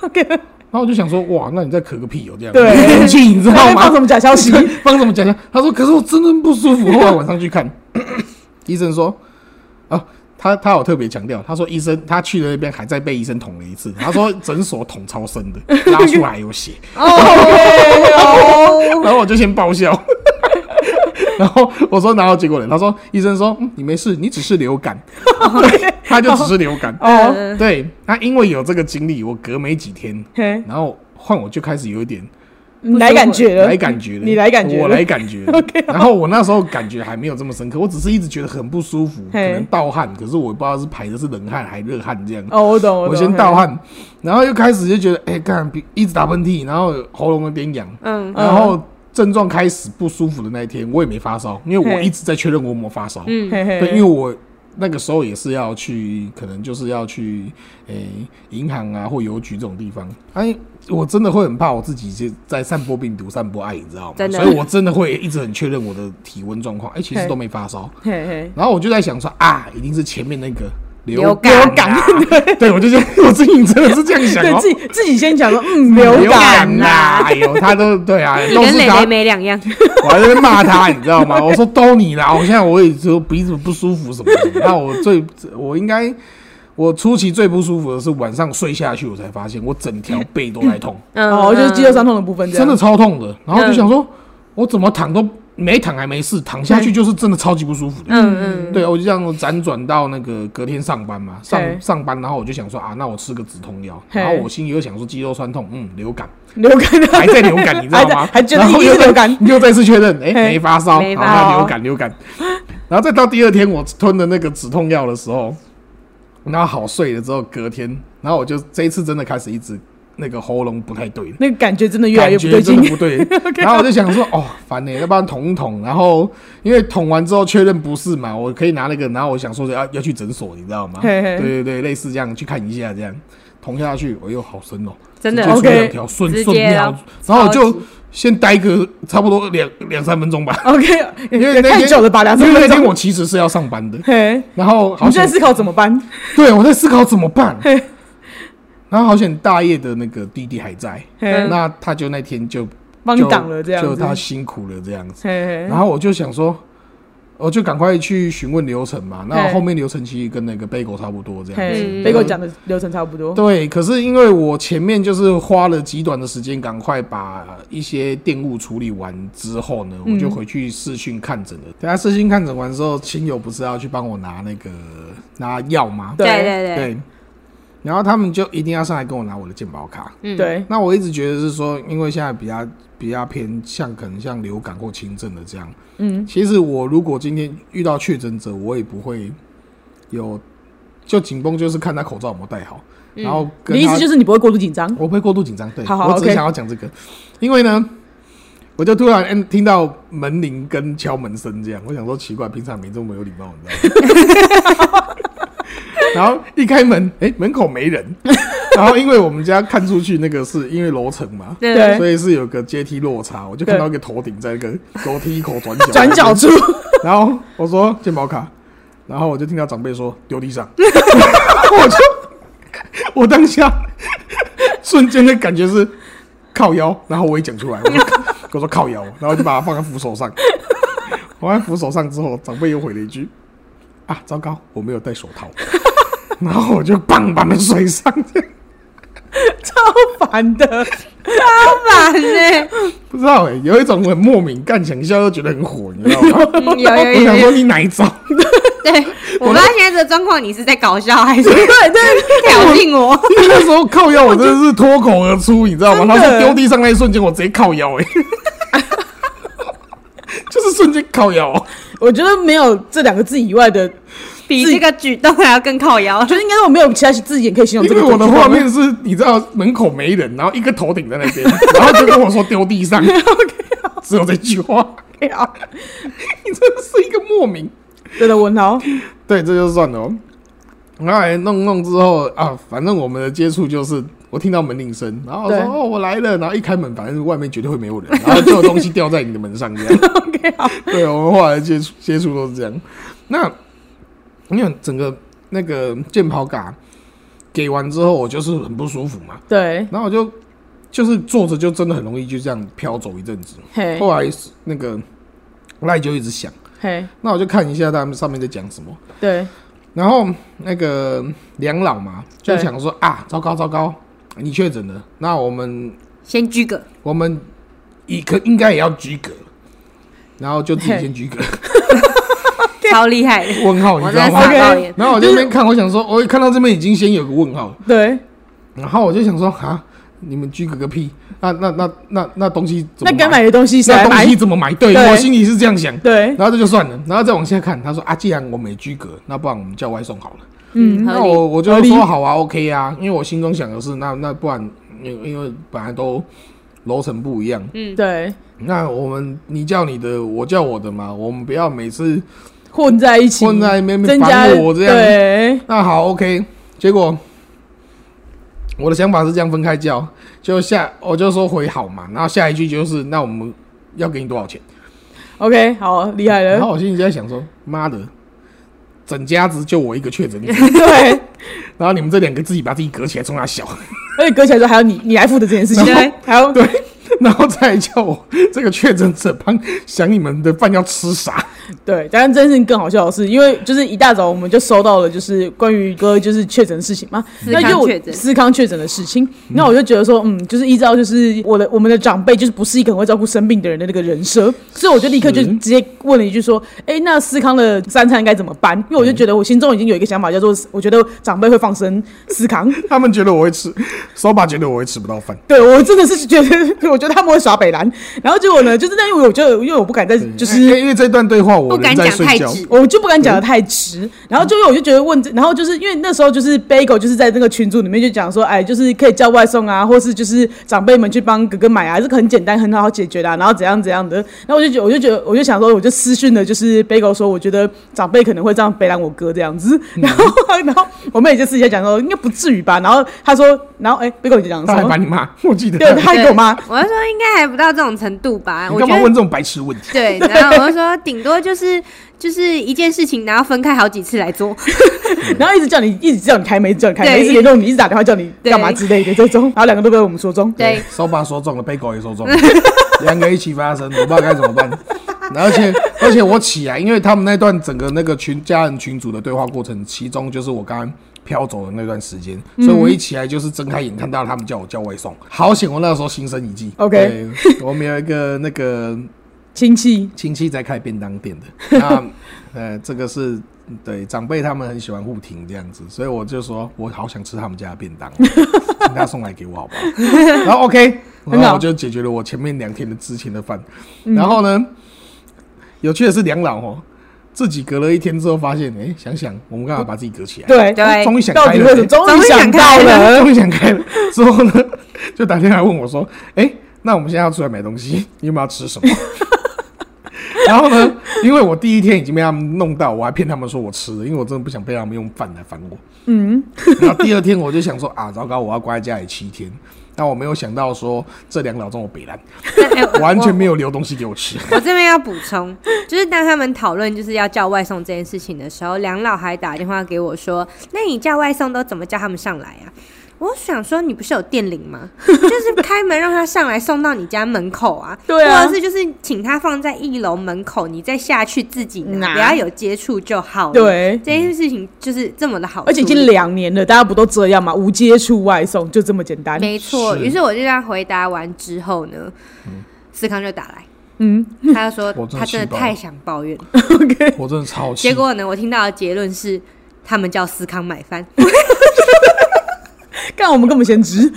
[SPEAKER 1] ，OK，
[SPEAKER 3] 然后我就想说，哇，那你再咳个屁哦、这样，
[SPEAKER 1] 对
[SPEAKER 3] 进去你知道
[SPEAKER 1] 那
[SPEAKER 3] 吗
[SPEAKER 1] 放？什么假消 息？
[SPEAKER 3] 帮怎么讲讲？他说，可是我真的不舒服。后来晚上去看， 医生说，啊，他他有特别强调，他说医生他去了那边还在被医生捅了一次，他说诊所捅超深的，拉出来有血，
[SPEAKER 2] 哦，
[SPEAKER 3] 然后我就先爆笑。 然后我说，然后结果呢？他说，医生说、嗯、你没事，你只是流感， 对，他就只是流感。
[SPEAKER 1] 哦，
[SPEAKER 3] 对，他因为有这个经历，我隔没几天，
[SPEAKER 1] 嘿，
[SPEAKER 3] 然后换我就开始有一点
[SPEAKER 1] 你来感觉了，
[SPEAKER 3] 来感觉了，
[SPEAKER 1] 你来感觉了
[SPEAKER 3] 我来感觉了。
[SPEAKER 1] OK，
[SPEAKER 3] 然后我那时候感觉还没有这么深刻，我只是一直觉得很不舒服，可
[SPEAKER 1] 嘿
[SPEAKER 3] 能盗汗，可是我不知道是排的是冷汗还热汗这样。
[SPEAKER 1] 哦，我懂，
[SPEAKER 3] 我
[SPEAKER 1] 懂
[SPEAKER 3] 先盗，汗，然后又开始就觉得，哎、干，鼻一直打喷嚏，然后喉咙有点痒，
[SPEAKER 2] 嗯
[SPEAKER 3] 然后症状开始不舒服的那一天，我也没发烧，因为我一直在确认我有没有发烧。
[SPEAKER 1] 嘿嘿嘿，
[SPEAKER 3] 对，因为我那个时候也是要去，可能就是要去诶银、行啊或邮局这种地方。哎，我真的会很怕我自己就在散播病毒、散播爱，你知道吗？
[SPEAKER 2] 真的
[SPEAKER 3] 所以我真的会一直很确认我的体温状况。哎、其实
[SPEAKER 1] 嘿
[SPEAKER 3] 都没发烧。
[SPEAKER 1] 嘿嘿。
[SPEAKER 3] 然后我就在想说啊，一定是前面那个流
[SPEAKER 2] 流
[SPEAKER 3] 感、啊。
[SPEAKER 2] 感
[SPEAKER 3] 对，我就觉得我自己真的是这样 想
[SPEAKER 1] 对
[SPEAKER 3] 哦。
[SPEAKER 1] 自己自己先讲说，嗯，流感
[SPEAKER 3] 啦
[SPEAKER 1] 啦，！
[SPEAKER 3] 哎呦，他都对啊，
[SPEAKER 2] 你
[SPEAKER 3] 都
[SPEAKER 2] 跟
[SPEAKER 3] 是
[SPEAKER 2] 蕾
[SPEAKER 3] 他
[SPEAKER 2] 蕾没两样，
[SPEAKER 3] 我还在那边骂他，你知道吗？我说都你啦，我现在我也说鼻子不舒服什么的。那我最我应该我初期最不舒服的是晚上睡下去，我才发现我整条背都在痛，
[SPEAKER 2] 嗯，
[SPEAKER 1] 哦，就是肌肉
[SPEAKER 2] 嗯
[SPEAKER 1] 酸痛的部分，这
[SPEAKER 3] 真
[SPEAKER 1] 样
[SPEAKER 3] 的超痛的。然后就想说，我怎么躺都没躺还没事，躺下去就是真的超级不舒服的。
[SPEAKER 2] 嗯嗯，
[SPEAKER 3] 对，我就这样辗转到那个隔天上班嘛，上
[SPEAKER 1] 嘿
[SPEAKER 3] 上班，然后我就想说啊，那我吃个止痛药，
[SPEAKER 1] 嘿
[SPEAKER 3] 然后我心里又想说肌肉酸痛，嗯，流感，
[SPEAKER 1] 流感的，
[SPEAKER 3] 还在流感，你知道吗？
[SPEAKER 1] 还在还觉得
[SPEAKER 3] 然后
[SPEAKER 1] 一定
[SPEAKER 3] 又
[SPEAKER 1] 是
[SPEAKER 3] 在
[SPEAKER 1] 流感，
[SPEAKER 3] 又再次确认，哎、
[SPEAKER 1] 嘿
[SPEAKER 3] 没发烧，
[SPEAKER 2] 没
[SPEAKER 3] 然
[SPEAKER 2] 发烧
[SPEAKER 3] 后他流感，流感，然后再到第二天我吞的那个止痛药的时候，然后好睡了之后，隔天，然后我就这一次真的开始一直那个喉咙不太对了。
[SPEAKER 1] 那个感觉真的越来越
[SPEAKER 3] 感
[SPEAKER 1] 不
[SPEAKER 3] 觉
[SPEAKER 1] 对
[SPEAKER 3] 真
[SPEAKER 1] 劲
[SPEAKER 3] 的。不对， 然后我就想说，哦，烦呢、要不然捅一捅，然后因为捅完之后确认不是嘛，我可以拿那个，然后我想说啊要要去诊所，你知道吗？
[SPEAKER 1] 嘿嘿
[SPEAKER 3] 对对对，类似这样去看一下，这样捅下去，哎呦，好深哦、
[SPEAKER 2] 真的
[SPEAKER 3] 直接
[SPEAKER 1] 嗯
[SPEAKER 3] 出
[SPEAKER 1] OK 啊
[SPEAKER 3] 两条顺
[SPEAKER 2] 直
[SPEAKER 3] 顺
[SPEAKER 2] 接
[SPEAKER 3] 尿
[SPEAKER 2] 哦，
[SPEAKER 3] 然后我
[SPEAKER 2] 超
[SPEAKER 3] 就
[SPEAKER 2] 级
[SPEAKER 3] 先待个差不多两两三分钟吧，
[SPEAKER 1] OK，
[SPEAKER 3] 因为
[SPEAKER 1] 也
[SPEAKER 3] 那
[SPEAKER 1] 太
[SPEAKER 3] 天
[SPEAKER 1] 久了吧，两
[SPEAKER 3] 因
[SPEAKER 1] 三
[SPEAKER 3] 为
[SPEAKER 1] 分
[SPEAKER 3] 那天我
[SPEAKER 1] 钟。
[SPEAKER 3] 其实是要上班的，
[SPEAKER 1] 嘿，
[SPEAKER 3] 然后
[SPEAKER 1] 我
[SPEAKER 3] 好
[SPEAKER 1] 们现在
[SPEAKER 3] 像
[SPEAKER 1] 思考怎么办？
[SPEAKER 3] 对我在思考怎么办
[SPEAKER 1] 嘿，
[SPEAKER 3] 然后好险大业的那个弟弟还在，
[SPEAKER 1] 嘿
[SPEAKER 3] 那他就那天就
[SPEAKER 1] 帮你
[SPEAKER 3] 就
[SPEAKER 1] 挡了这样
[SPEAKER 3] 就
[SPEAKER 1] 子。
[SPEAKER 3] 他辛苦了这样子。
[SPEAKER 1] 嘿嘿
[SPEAKER 3] 然后我就想说，我就赶快去询问流程嘛。那
[SPEAKER 1] 嘿
[SPEAKER 3] 后面流程其实跟那个 Bagel 差不多这样
[SPEAKER 1] 嘿，
[SPEAKER 3] 子。
[SPEAKER 1] 嗯被我讲的流程差不多。
[SPEAKER 3] 对，可是因为我前面就是花了极短的时间，赶快把一些电务处理完之后呢，我就回去视讯看诊了。等下视讯看诊完之后，亲友不是要去帮我拿那个拿药吗？
[SPEAKER 2] 对
[SPEAKER 1] 对
[SPEAKER 2] 对对，
[SPEAKER 3] 对。然后他们就一定要上来跟我拿我的健保卡。
[SPEAKER 2] 嗯，
[SPEAKER 1] 对，
[SPEAKER 3] 那我一直觉得是说，因为现在比较比较偏向可能像流感或轻症的这样。
[SPEAKER 1] 嗯，
[SPEAKER 3] 其实我如果今天遇到确诊者，我也不会有就紧绷，就是看他口罩有没有戴好，然后
[SPEAKER 1] 嗯
[SPEAKER 3] 跟
[SPEAKER 1] 你意思
[SPEAKER 3] 他
[SPEAKER 1] 就是你不会过度紧张？
[SPEAKER 3] 我不会过度紧张，对，
[SPEAKER 1] 好好
[SPEAKER 3] 我只是
[SPEAKER 1] OK
[SPEAKER 3] 想要讲这个，因为呢，我就突然嗯听到门铃跟敲门声这样，我想说奇怪，平常没这么有礼貌，你知道吗？ 然后一开门，哎、门口没人，然后因为我们家看出去那个是因为楼层嘛。
[SPEAKER 2] 对
[SPEAKER 1] 对
[SPEAKER 3] 所以是有个阶梯落差，我就看
[SPEAKER 1] 对
[SPEAKER 3] 到一个头顶在 一个楼梯口转角，
[SPEAKER 1] 转角处，
[SPEAKER 3] 然后我说健保卡，然后我就听到长辈说丢地上， 我就我当下瞬间的感觉是靠腰，然后我也讲出来，我说我说靠腰，然后就把它放在扶手上，放在扶手上之后，长辈又回了一句啊，糟糕，我没有戴手套，然后我就棒把门甩上，
[SPEAKER 1] 超烦的。
[SPEAKER 2] 烦呢，
[SPEAKER 3] 不知道哎、有一种很莫名干想笑又觉得很火，你知道吗？
[SPEAKER 2] 嗯有有
[SPEAKER 3] 我
[SPEAKER 2] 有
[SPEAKER 3] 想
[SPEAKER 2] 有
[SPEAKER 3] 说，你哪一招？
[SPEAKER 2] 对， 我不知道现在这个状况你是在搞笑还是
[SPEAKER 1] 对对，
[SPEAKER 2] 挑衅我，
[SPEAKER 3] 那时候靠腰，我真的是脱口而出，你知道吗？
[SPEAKER 1] 真
[SPEAKER 3] 他
[SPEAKER 1] 的
[SPEAKER 3] 说丢地上那一瞬间，我直接靠腰、欸， 就是瞬间靠腰、
[SPEAKER 1] 我觉得没有这两个字以外的，就
[SPEAKER 2] 比
[SPEAKER 1] 自己
[SPEAKER 2] 这个举动还要更靠腰。
[SPEAKER 1] 是应该我没有其他字眼可以形容
[SPEAKER 3] 因
[SPEAKER 1] 这个
[SPEAKER 3] 为
[SPEAKER 1] 举动。
[SPEAKER 3] 我的画 面是，你知道门口没人，然后一个头顶在那边，然后就跟我说丢地上，只有这句话，
[SPEAKER 1] OK，好
[SPEAKER 3] 你真的是一个莫名。
[SPEAKER 1] 对的，文豪，
[SPEAKER 3] 对，这就算了、哦。然后来弄弄之后啊，反正我们的接触就是我听到门铃声，然后我说
[SPEAKER 1] 对
[SPEAKER 3] 哦我来了，然后一开门，反正外面绝对会没有人，然后就有东西掉在你的门上这样。
[SPEAKER 1] OK，好，
[SPEAKER 3] 对，我们后来接触接触都是这样。那因为整个那个健跑卡给完之后，我就是很不舒服嘛，
[SPEAKER 1] 对，
[SPEAKER 3] 然后我就就是坐着就真的很容易就这样飘走一阵子。
[SPEAKER 1] 嘿，
[SPEAKER 3] 后来是那个赖就一直响，
[SPEAKER 1] 嘿，
[SPEAKER 3] 那我就看一下他们上面在讲什么。
[SPEAKER 1] 对，
[SPEAKER 3] 然后那个梁老嘛，就
[SPEAKER 1] 对
[SPEAKER 3] 想说啊，糟糕糟糕，你确诊了，那我们
[SPEAKER 2] 先鞠个，
[SPEAKER 3] 我们也可应该也要居格，然后就自己
[SPEAKER 1] 嘿
[SPEAKER 3] 先居格。
[SPEAKER 2] 超厉害的，
[SPEAKER 3] 问哦号，你
[SPEAKER 2] 我
[SPEAKER 3] 知道
[SPEAKER 2] 在
[SPEAKER 3] 吗？
[SPEAKER 2] 傻爆
[SPEAKER 1] OK
[SPEAKER 2] 眼。
[SPEAKER 3] 然后我就那边看，我想说，我哦一看到这边已经先有个问号了，
[SPEAKER 1] 对，
[SPEAKER 3] 然后我就想说，啊，你们居个个屁！那那那那那东西怎么
[SPEAKER 1] 那该买的东西谁
[SPEAKER 3] 那
[SPEAKER 1] 来
[SPEAKER 3] 东
[SPEAKER 1] 买？
[SPEAKER 3] 西怎么买？对
[SPEAKER 1] 对
[SPEAKER 3] 我心里是这样想。
[SPEAKER 1] 对，
[SPEAKER 3] 然后这就算了，然后再往下看，他说啊，既然我没居格，那不然我们叫外送好了。
[SPEAKER 2] 嗯，
[SPEAKER 3] 那
[SPEAKER 2] 合理。
[SPEAKER 3] 我我就
[SPEAKER 1] 合理
[SPEAKER 3] 说好啊，OK 啊，因为我心中想的是，那那不然，因为因为本来都楼层不一样，
[SPEAKER 1] 对，
[SPEAKER 3] 那我们你叫你的，我叫我的嘛，我们不要每次
[SPEAKER 1] 混在一起，
[SPEAKER 3] 混在那边
[SPEAKER 1] 增加
[SPEAKER 3] 烦我这样。
[SPEAKER 1] 对，
[SPEAKER 3] 那好，OK。结果我的想法是这样分开叫，就下我就说回好嘛，然后下一句就是那我们要给你多少钱？
[SPEAKER 1] OK，好厉害
[SPEAKER 3] 然
[SPEAKER 1] 了，
[SPEAKER 3] 后我心里就在想说，妈的，整家子就我一个确诊者，
[SPEAKER 1] 对，
[SPEAKER 3] 然后你们这两个自己把自己隔起来冲他笑，
[SPEAKER 1] 而且隔起来之后还有你你来负责这件事情，
[SPEAKER 2] 对
[SPEAKER 1] 还有
[SPEAKER 3] 对，然后再叫我这个确诊者帮想你们的饭要吃啥？
[SPEAKER 1] 对，但是这件事情更好笑的是，因为就是一大早我们就收到了就是关于哥就是确诊的事情嘛，
[SPEAKER 2] 思
[SPEAKER 1] 那就
[SPEAKER 2] 康
[SPEAKER 1] 我
[SPEAKER 2] 确诊，
[SPEAKER 1] 思康确诊的事情，那我就觉得说，嗯，就是依照就是我的我们的长辈就是不是一个很会照顾生病的人的那个人设，所以我就立刻就是直接问了一句说，哎、那思康的三餐该怎么办？因为我就觉得我心中已经有一个想法，叫做我觉得长辈会放生思康，
[SPEAKER 3] 他们觉得我会吃，手把觉得我会吃不到饭，
[SPEAKER 1] 对我真的是觉得我觉得他们会耍北兰，然后结果呢，就是但因为我觉得因为我不敢再就是
[SPEAKER 3] 因为这段对话我
[SPEAKER 2] 哎不敢
[SPEAKER 3] 人在
[SPEAKER 2] 讲
[SPEAKER 3] 睡
[SPEAKER 2] 太
[SPEAKER 3] 觉，
[SPEAKER 2] 直，
[SPEAKER 1] 我就不敢讲的太直，然后就因为我就觉得问这，然后就是因为那时候就是 Bagel 就是在那个群组里面就讲说，哎，就是可以叫外送啊，或是就是长辈们去帮哥哥买啊，这个很简单，很好解决的啊、然后怎样怎样的，然后我就觉我就觉得我就想说，我就私讯的就是 Bagel 说，我觉得长辈可能会这样背烂我哥这样子，然后、 然后我们也就私底下讲说，应该不至于吧，然后他说，然后哎，Bagel 你讲
[SPEAKER 3] 他
[SPEAKER 1] 什
[SPEAKER 3] 还
[SPEAKER 1] 么
[SPEAKER 3] 把？你骂，我记得
[SPEAKER 1] 对，他还给我
[SPEAKER 2] 对
[SPEAKER 1] 骂，
[SPEAKER 2] 我就说说应该还不到这种程度吧，
[SPEAKER 3] 你
[SPEAKER 2] 我
[SPEAKER 3] 干
[SPEAKER 2] 觉
[SPEAKER 3] 嘛
[SPEAKER 2] 得
[SPEAKER 3] 问这种白痴问题？
[SPEAKER 2] 对，然后我就说顶多就是就是一件事情，然后分开好几次来做。
[SPEAKER 1] 然后一直叫你，一直叫你开门，一直叫你开门，
[SPEAKER 2] 对
[SPEAKER 1] 一直联络你，一直打电话叫你
[SPEAKER 2] 对
[SPEAKER 1] 干嘛之类的这种，然后两个都被我们说中。
[SPEAKER 2] 对，
[SPEAKER 3] 手把说中了，被狗也说中了， 两个一起发生，我不知道该怎么办。然后而且而且我起来，因为他们那段整个那个群家人群组的对话过程，其中就是我刚刚飘走的那段时间，所以我一起来就是睁开眼看到他们叫我叫外送，好险！我那时候心生一计
[SPEAKER 1] OK
[SPEAKER 3] 对我们有一个那个
[SPEAKER 1] 亲戚，
[SPEAKER 3] 亲戚在开便当店 的，那呃这个是。对长辈他们很喜欢互挺这样子，所以我就说我好想吃他们家的便当 哦，请他送来给我好不好？然后 OK，
[SPEAKER 1] 很好嗯
[SPEAKER 3] 然后我就解决了我前面两天的之前的饭。然后呢，有趣的是两老哦，自己隔了一天之后发现，哎、想想我们干嘛把自己隔起来？
[SPEAKER 1] 对，
[SPEAKER 2] 对
[SPEAKER 3] 终于想
[SPEAKER 1] 到
[SPEAKER 3] 开
[SPEAKER 1] 底为
[SPEAKER 3] 了、
[SPEAKER 1] 什么？
[SPEAKER 3] 诶
[SPEAKER 1] 终于想
[SPEAKER 3] 哎
[SPEAKER 1] 到
[SPEAKER 2] 终于想
[SPEAKER 1] 了，
[SPEAKER 3] 终于想开了。之后呢，就打电话问我说，哎、那我们现在要出来买东西，你们要吃什么？ 然后呢，因为我第一天已经被他们弄到，我还骗他们说我吃了，因为我真的不想被他们用饭来烦我。嗯，然后第二天我就想说啊，糟糕，我要关在家里七天。但我没有想到说这两老这么 北蓝，
[SPEAKER 2] 但哎我
[SPEAKER 3] 完全没有留东西给我吃。
[SPEAKER 2] 我这边要补充，就是当他们讨论就是要叫外送这件事情的时候，梁老还打电话给我说：“那你叫外送都怎么叫他们上来啊？”我想说，你不是有电铃吗？ 就是开门让他上来送到你家门口啊，
[SPEAKER 1] 对啊
[SPEAKER 2] 或者是就是请他放在一楼门口，你再下去自己拿，
[SPEAKER 1] 拿
[SPEAKER 2] 不要有接触就好了。，
[SPEAKER 1] 对。
[SPEAKER 2] 这件事情就是这么的好处理，
[SPEAKER 1] 而且已经两年了，大家不都这样吗？无接触外送就这么简单。
[SPEAKER 2] 没错。嗯
[SPEAKER 3] 是
[SPEAKER 2] 于是我就这样回答完之后呢，思康就打来，
[SPEAKER 1] 嗯
[SPEAKER 2] 他就说
[SPEAKER 3] 我真的
[SPEAKER 2] 他真的
[SPEAKER 3] 气爆了
[SPEAKER 2] 太想抱怨了。
[SPEAKER 1] ，OK，
[SPEAKER 3] 我真的超气。
[SPEAKER 2] 哎结果呢，我听到的结论是，他们叫思康买饭，
[SPEAKER 1] 看我们根本先知，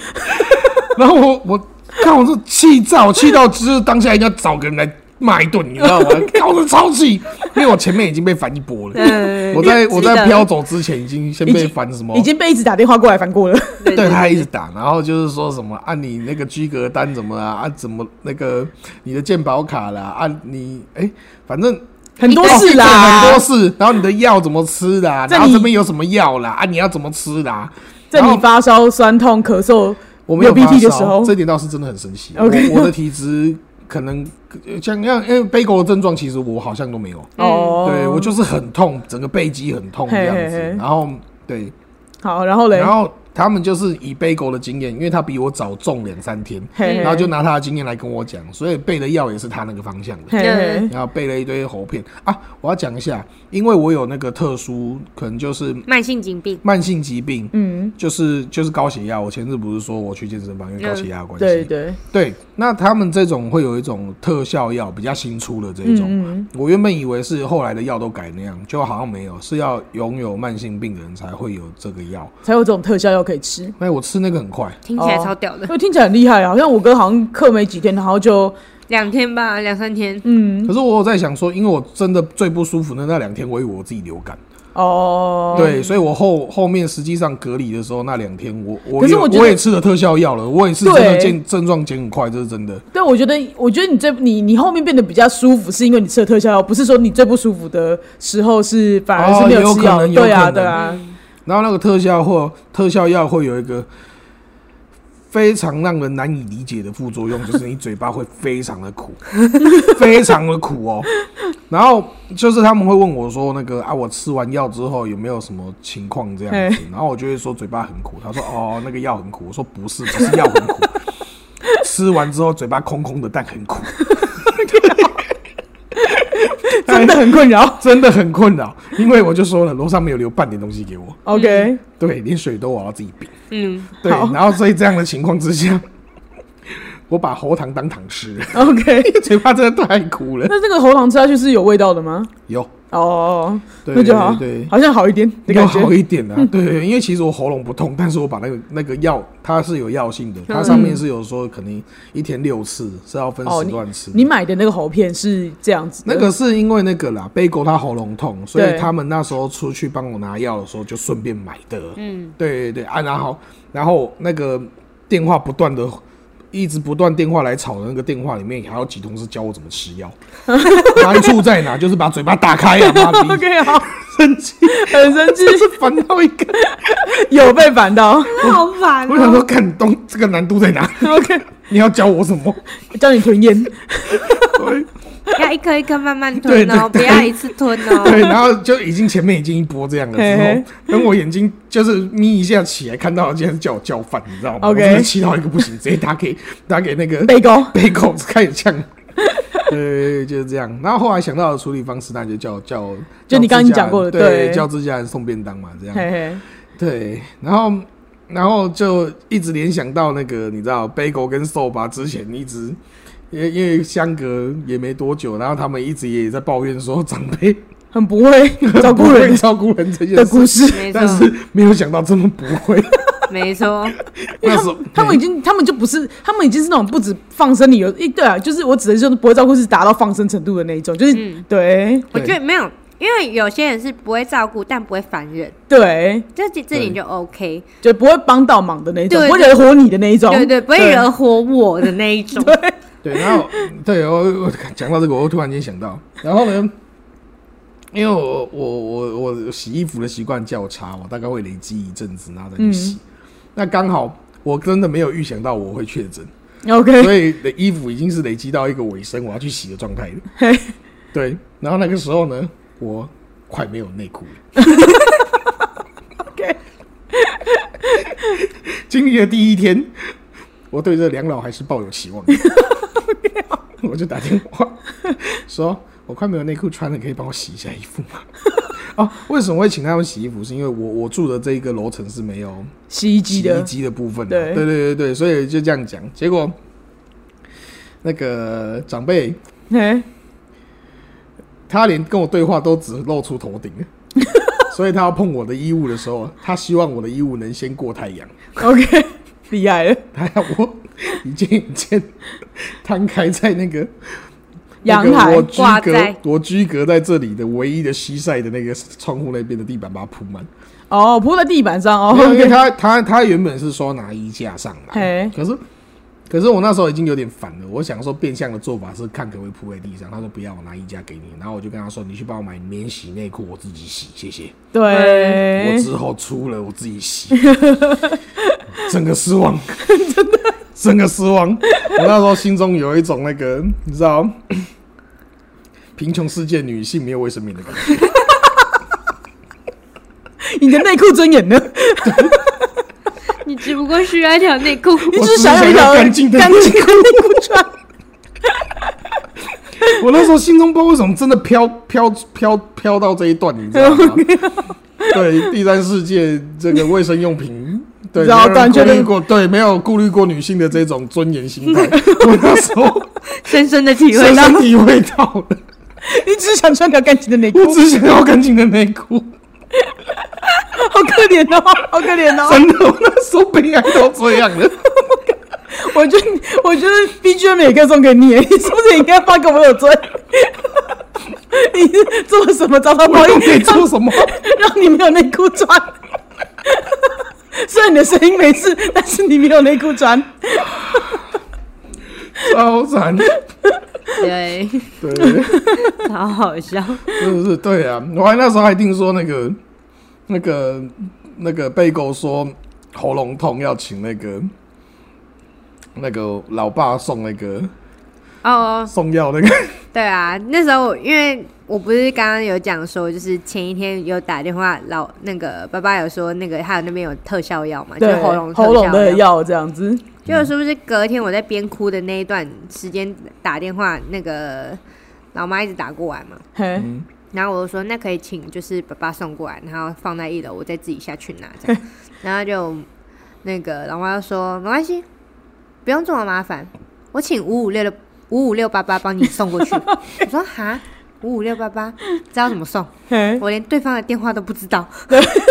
[SPEAKER 3] 然后我我看我是气炸，我气到就是当下一定要找个人来骂一顿，你知道 吗？看我是超气，因为我前面已经被烦一波
[SPEAKER 1] 呃
[SPEAKER 3] 了。
[SPEAKER 2] 嗯，
[SPEAKER 3] 我 在
[SPEAKER 2] 值得
[SPEAKER 3] 我在飘，走之前已经先
[SPEAKER 1] 已
[SPEAKER 3] 被
[SPEAKER 1] 经
[SPEAKER 3] 烦什么
[SPEAKER 1] 已，经被一直打电话过来烦过了。
[SPEAKER 2] 对
[SPEAKER 3] 对他一直打，然后就是说什么啊你那个居格单怎么啊啊怎么那个你的健保卡啦啊你哎反正
[SPEAKER 1] 很多
[SPEAKER 3] 哦
[SPEAKER 1] 事啦，
[SPEAKER 3] 很多事，然后你的药怎么吃啦，
[SPEAKER 1] 在
[SPEAKER 3] 然后
[SPEAKER 1] 你
[SPEAKER 3] 这边有什么药啦啊你要怎么吃啦，
[SPEAKER 1] 在
[SPEAKER 3] 然后
[SPEAKER 1] 你发烧、酸痛、咳嗽，
[SPEAKER 3] 我没有
[SPEAKER 1] 没有
[SPEAKER 3] 发
[SPEAKER 1] PT 的
[SPEAKER 3] 烧
[SPEAKER 1] 时候
[SPEAKER 3] 这点倒是真的很神奇。
[SPEAKER 1] OK
[SPEAKER 3] 我我的体质可能呃像像因为背狗的症状，其实我好像都没有。
[SPEAKER 1] 哦，
[SPEAKER 3] 对我就是很痛，整个背肌很痛这样子。
[SPEAKER 1] 嘿嘿嘿
[SPEAKER 3] 然后对，
[SPEAKER 1] 好，然后嘞
[SPEAKER 3] 然，后他们就是以背狗的经验，因为他比我早中两三天，
[SPEAKER 1] 嘿嘿
[SPEAKER 3] 嗯然后就拿他的经验来跟我讲，所以备的药也是他那个方向的。
[SPEAKER 1] 嘿嘿
[SPEAKER 3] 然后备了一堆喉片啊，我要讲一下，因为我有那个特殊，可能就是
[SPEAKER 2] 慢性疾病，
[SPEAKER 3] 慢性疾病，
[SPEAKER 1] 嗯，
[SPEAKER 3] 就是就是高血压。我前日不是说我去健身房，因为高血压的关系，
[SPEAKER 1] 对对，
[SPEAKER 3] 对，那他们这种会有一种特效药，比较新出的这一种。
[SPEAKER 1] 嗯嗯
[SPEAKER 3] 我原本以为是后来的药都改那样，就好像没有，是要拥有慢性病的人才会有这个药。
[SPEAKER 1] 才有这种特效药可以 吃。
[SPEAKER 3] 哎，我吃那个很快，
[SPEAKER 2] 听起来
[SPEAKER 1] 哦
[SPEAKER 2] 超屌的，
[SPEAKER 1] 因为听起来很厉害啊，好像我哥好像课没几天，然后就
[SPEAKER 2] 两天吧，两三天，
[SPEAKER 1] 嗯
[SPEAKER 3] 可是我有在想说，因为我真的最不舒服的那两天，我以为我自己流感，
[SPEAKER 1] 哦，
[SPEAKER 3] 对，所以我后后面实际上隔离的时候那两天我，我
[SPEAKER 1] 可是
[SPEAKER 3] 也
[SPEAKER 1] 我觉得
[SPEAKER 3] 也吃了特效药了，我也是真的
[SPEAKER 1] 对
[SPEAKER 3] 见症状减很快，这是真的。
[SPEAKER 1] 对，我觉得，我觉得你最你你后面变得比较舒服，是因为你吃了特效药，不是说你最不舒服的时候是反而是没
[SPEAKER 3] 哦有
[SPEAKER 1] 吃
[SPEAKER 3] 可
[SPEAKER 1] 药。
[SPEAKER 3] 能有
[SPEAKER 1] 对啊，
[SPEAKER 3] 可能
[SPEAKER 1] 对啊，
[SPEAKER 3] 然后那个特效或特效药会有一个非常让人难以理解的副作用， 就是你嘴巴会非常的苦， 非常的苦哦。然后就是他们会问我说，那个啊，我吃完药之后有没有什么情况这样子？然后我就会说嘴巴很苦，他说哦，那个药很苦。我说不是，只是药很苦。吃完之后嘴巴空空的，但很苦。
[SPEAKER 1] 真的很困扰。
[SPEAKER 3] 真的很困扰，因为我就说了，楼上没有留半点东西给我，
[SPEAKER 1] OK，
[SPEAKER 3] 对，连水都我要自己冰。
[SPEAKER 2] 嗯，
[SPEAKER 3] 对，
[SPEAKER 1] 好
[SPEAKER 3] 然后所以这样的情况之下，我把喉糖当糖吃，
[SPEAKER 1] OK，
[SPEAKER 3] 嘴巴真的太苦了。
[SPEAKER 1] 那这个喉糖吃下去是有味道的吗？
[SPEAKER 3] 有，
[SPEAKER 1] 哦，
[SPEAKER 3] 对
[SPEAKER 1] 那就好，
[SPEAKER 3] 对
[SPEAKER 1] 好像好一点的
[SPEAKER 3] 有
[SPEAKER 1] 感觉
[SPEAKER 3] 好。一点啊。对，因为其实我喉咙不痛，但是我把那个那个药，它是有药性的，它上面是有说可能一天六次是要分
[SPEAKER 1] 嗯哦
[SPEAKER 3] 时段吃。
[SPEAKER 1] 你买的那个喉片是这样子的，
[SPEAKER 3] 那个是因为那个啦，贝狗它喉咙痛，所以
[SPEAKER 1] 对
[SPEAKER 3] 他们那时候出去帮我拿药的时候就顺便买的。嗯，对对对啊，然后然后那个电话不断的，一直不断电话来吵的那个电话里面，还有几同事教我怎么吃 药。难处在哪？就是把嘴巴打开啊！妈 逼，
[SPEAKER 1] OK 好，
[SPEAKER 3] 生气，
[SPEAKER 1] 很生 气，
[SPEAKER 3] 烦到一个。
[SPEAKER 1] 有被烦到。
[SPEAKER 2] 好烦
[SPEAKER 3] 哦我想说，看东这个难度在哪？
[SPEAKER 1] OK，
[SPEAKER 3] 你要教我什么？
[SPEAKER 1] 教你吞 咽，
[SPEAKER 2] 要一颗一颗慢慢
[SPEAKER 3] 对
[SPEAKER 2] 吞
[SPEAKER 3] 对
[SPEAKER 2] 哦，不
[SPEAKER 3] 对
[SPEAKER 2] 要一次吞
[SPEAKER 3] 对，
[SPEAKER 2] 哦。
[SPEAKER 3] 然后就已经前面已经一波这样了，之
[SPEAKER 1] 嘿嘿
[SPEAKER 3] 后等我眼睛就是眯一下起来，看到竟然是叫我叫饭，你知道吗
[SPEAKER 1] OK
[SPEAKER 3] 我真的气到一个不行，直接打 给打给那个
[SPEAKER 1] 背高。
[SPEAKER 3] 被狗开始呛。对，就是这样。然后后来想到的处理方式，那就叫叫，
[SPEAKER 1] 就你
[SPEAKER 3] 叫
[SPEAKER 1] 刚刚
[SPEAKER 3] 自家
[SPEAKER 1] 讲过的
[SPEAKER 3] 人
[SPEAKER 1] 对
[SPEAKER 3] 对，叫自家人送便当嘛，这样。
[SPEAKER 1] 嘿嘿，
[SPEAKER 3] 对，然后然后就一直联想到那个，你知道，Bagel 跟瘦吧之前一直。因为因为相隔也没多久，然后他们一直也在抱怨说长辈
[SPEAKER 1] 很不 会 照顾
[SPEAKER 3] 不会
[SPEAKER 1] 人
[SPEAKER 3] 照顾人这件
[SPEAKER 1] 的故
[SPEAKER 3] 事，
[SPEAKER 1] 事，
[SPEAKER 2] 没错
[SPEAKER 3] 但，是没有想到这么不会。
[SPEAKER 2] 没错，
[SPEAKER 1] 因
[SPEAKER 3] 那
[SPEAKER 1] 为
[SPEAKER 3] 时
[SPEAKER 1] 他们他
[SPEAKER 3] 候
[SPEAKER 1] 们已经他们就不是他们已经是那种不止放生理由，一对啊，就是我只能说不会照顾是达到放生程度的那一种，就是、
[SPEAKER 2] 嗯
[SPEAKER 1] 对
[SPEAKER 2] 我
[SPEAKER 3] 对
[SPEAKER 2] 觉得没有，因为有些人是不会照顾，但不会烦人，
[SPEAKER 1] 对，
[SPEAKER 2] 这这这点就 OK。
[SPEAKER 1] 就不会帮倒忙的那一种，
[SPEAKER 2] 对
[SPEAKER 1] 不会惹火你的那一种，
[SPEAKER 2] 对对，不会惹火我的那一 种。
[SPEAKER 3] 对，然后对我我讲到这个，我突然间想到，然后呢，因为我我我我洗衣服的习惯较差，我大概会累积一阵子，然后再去洗。那刚好我真的没有预想到我会确诊，
[SPEAKER 1] OK，
[SPEAKER 3] 所以的衣服已经是累积到一个尾声，我要去洗的状态了。对，然后那个时候呢，我快没有内裤了。
[SPEAKER 1] OK
[SPEAKER 3] 经历了第一天，我对这梁老还是抱有期望的。我就打电话说，我快没有内裤穿了，可以帮我洗一下衣服吗？ 哦，为什么会请他们洗衣服？是因为我我住的这一个楼层是没有
[SPEAKER 1] 洗衣机
[SPEAKER 3] 洗衣
[SPEAKER 1] 的，
[SPEAKER 3] 机的部分、啊。
[SPEAKER 1] 对
[SPEAKER 3] 对对对对，所以就这样讲。结果那个长辈
[SPEAKER 1] 嘿，
[SPEAKER 3] 他连跟我对话都只露出头顶，所以他要碰我的衣物的时候，他希望我的衣物能先过太阳。
[SPEAKER 1] OK，厉害了，
[SPEAKER 3] 他要我一件一件摊开在那个
[SPEAKER 1] 阳
[SPEAKER 3] 那个
[SPEAKER 1] 台
[SPEAKER 3] 我居
[SPEAKER 2] 挂
[SPEAKER 3] 隔
[SPEAKER 2] 在
[SPEAKER 3] 我居隔在这里的唯一的西晒的那个窗户那边的地板，把它铺满。
[SPEAKER 1] 哦，铺在地板上哦
[SPEAKER 3] 没有因为
[SPEAKER 1] ，OK，
[SPEAKER 3] 他他他原本是说拿衣架上来
[SPEAKER 1] 嘿，
[SPEAKER 3] 可是可是我那时候已经有点烦了，我想说变相的做法是看可不可以铺在地上，他说不要，我拿衣架给你，然后我就跟他说你去帮我买免洗内裤，我自己洗，谢谢。我
[SPEAKER 1] 对，
[SPEAKER 3] 之后出了我自己洗，整个 失望，真的，整个失望。我那时候心中有一种那个，你知道，贫穷世界女性没有卫生棉的感觉。
[SPEAKER 1] 你的内裤尊严呢？
[SPEAKER 2] 你只不过需要一条内裤，
[SPEAKER 1] 你
[SPEAKER 3] 我
[SPEAKER 1] 只是
[SPEAKER 3] 只
[SPEAKER 1] 想
[SPEAKER 3] 想
[SPEAKER 1] 要一
[SPEAKER 3] 要
[SPEAKER 1] 条
[SPEAKER 3] 干净的
[SPEAKER 1] 干
[SPEAKER 3] 内
[SPEAKER 1] 净的内裤穿，
[SPEAKER 3] 我那时候心中不知道为什么真的飘飘飘飘到这一段，你知道吗？对，第三世界这个卫生用品，对，
[SPEAKER 1] 然后
[SPEAKER 3] 没有人
[SPEAKER 1] 断绝
[SPEAKER 3] 顾虑
[SPEAKER 1] 了
[SPEAKER 3] 过，对，没有顾虑过女性的这种尊严 心态。我那时候
[SPEAKER 2] 深深的体会
[SPEAKER 3] 深
[SPEAKER 2] 到
[SPEAKER 3] 深体会到了。
[SPEAKER 1] 你只是想穿条干净的内裤
[SPEAKER 3] 我，只想要干净的内裤，
[SPEAKER 1] 好可怜哦，好可怜哦。
[SPEAKER 3] 真的，我那时候悲哀到这样了。
[SPEAKER 1] 我觉得，我觉得 BGM 也可以送给你耶，你是不是也应该发给我有罪？你是做了什么遭到
[SPEAKER 3] 我
[SPEAKER 1] 报
[SPEAKER 3] 又
[SPEAKER 1] 应，
[SPEAKER 3] 没做什么，
[SPEAKER 1] 让你没有内裤穿？虽然你的声音没事，但是你没有内裤穿。
[SPEAKER 3] 超惨。
[SPEAKER 2] 对，
[SPEAKER 3] 对，真
[SPEAKER 2] 好好笑。
[SPEAKER 3] 的是对啊。我还那时候还听说那个、那个、那个贝狗说喉咙痛，要请那个、那个老爸送那个
[SPEAKER 2] 哦，
[SPEAKER 3] 送药那个。
[SPEAKER 2] 对啊，那时候我因为我不是刚刚有讲说，就是前一天有打电话老那个爸爸有说那个他有那边有特效药嘛，就
[SPEAKER 1] 对，
[SPEAKER 2] 是喉咙
[SPEAKER 1] 喉咙
[SPEAKER 2] 特
[SPEAKER 1] 的
[SPEAKER 2] 效。
[SPEAKER 1] 药这样子，
[SPEAKER 2] 就是不是隔天我在边哭的那一段时间打电话，那个老妈一直打过来嘛，
[SPEAKER 1] 嘿，
[SPEAKER 2] 然后我就说那可以请就是爸爸送过来，然后放在一楼，我再自己下去拿这样。然后就那个老妈就说没关系，不用这么麻烦，我请五五六的五五六八八帮你送过去。 我说哈。五五六八八，知道怎么送？
[SPEAKER 1] 嘿，
[SPEAKER 2] 我连对方的电话都不知道。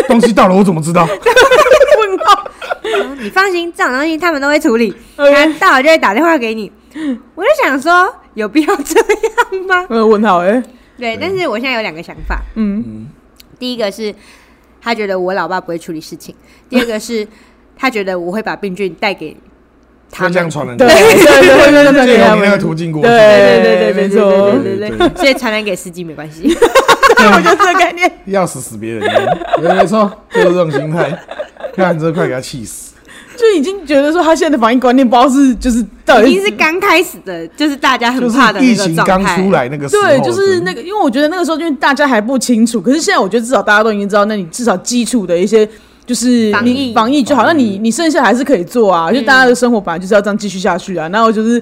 [SPEAKER 3] 东西到了，我怎么知道？
[SPEAKER 1] 问号，
[SPEAKER 2] 然后你放心，这种东西他们都会处理，
[SPEAKER 1] OK
[SPEAKER 2] 他到了就会打电话给你。我就想说，有必要这样吗？
[SPEAKER 1] 呃，问号，哎，
[SPEAKER 2] 对，但是我现在有两个想法，
[SPEAKER 1] 嗯，
[SPEAKER 2] 第一个是他觉得我老爸不会处理事情，第二个是他觉得我会把病菌带给他
[SPEAKER 3] 会
[SPEAKER 2] 们，
[SPEAKER 3] 这样传染，
[SPEAKER 1] 对对对，会
[SPEAKER 3] 就
[SPEAKER 1] 问
[SPEAKER 3] 有
[SPEAKER 1] 到
[SPEAKER 3] 你
[SPEAKER 1] 他
[SPEAKER 3] 那个
[SPEAKER 1] 们。
[SPEAKER 3] 途径过去。
[SPEAKER 1] 对
[SPEAKER 2] 对对对
[SPEAKER 1] 没
[SPEAKER 2] 对
[SPEAKER 1] 错
[SPEAKER 2] 对对对对，所以传染给司机没关系。
[SPEAKER 1] 我觉得这个概念，
[SPEAKER 3] 要死死别人，对没错，就是这种心态。看这快给他气死。
[SPEAKER 1] 就已经觉得说他现在的防疫观念不知道是就是到
[SPEAKER 2] 已
[SPEAKER 1] 底
[SPEAKER 2] 经是刚开始的，就是大家很
[SPEAKER 3] 就是
[SPEAKER 2] 怕的
[SPEAKER 3] 疫
[SPEAKER 2] 那个
[SPEAKER 3] 情
[SPEAKER 2] 状
[SPEAKER 3] 刚
[SPEAKER 2] 态。
[SPEAKER 3] 出来那个时候的，
[SPEAKER 1] 对，就是那个，因为我觉得那个时候因为大家还不清楚，可是现在我觉得至少大家都已经知道，那你至少基础的一些就是
[SPEAKER 2] 防疫嗯
[SPEAKER 1] 你防疫就好，那
[SPEAKER 3] 嗯
[SPEAKER 1] 你你剩下还是可以做啊，就大家的生活本来就是要这样继续下去啊。然后就是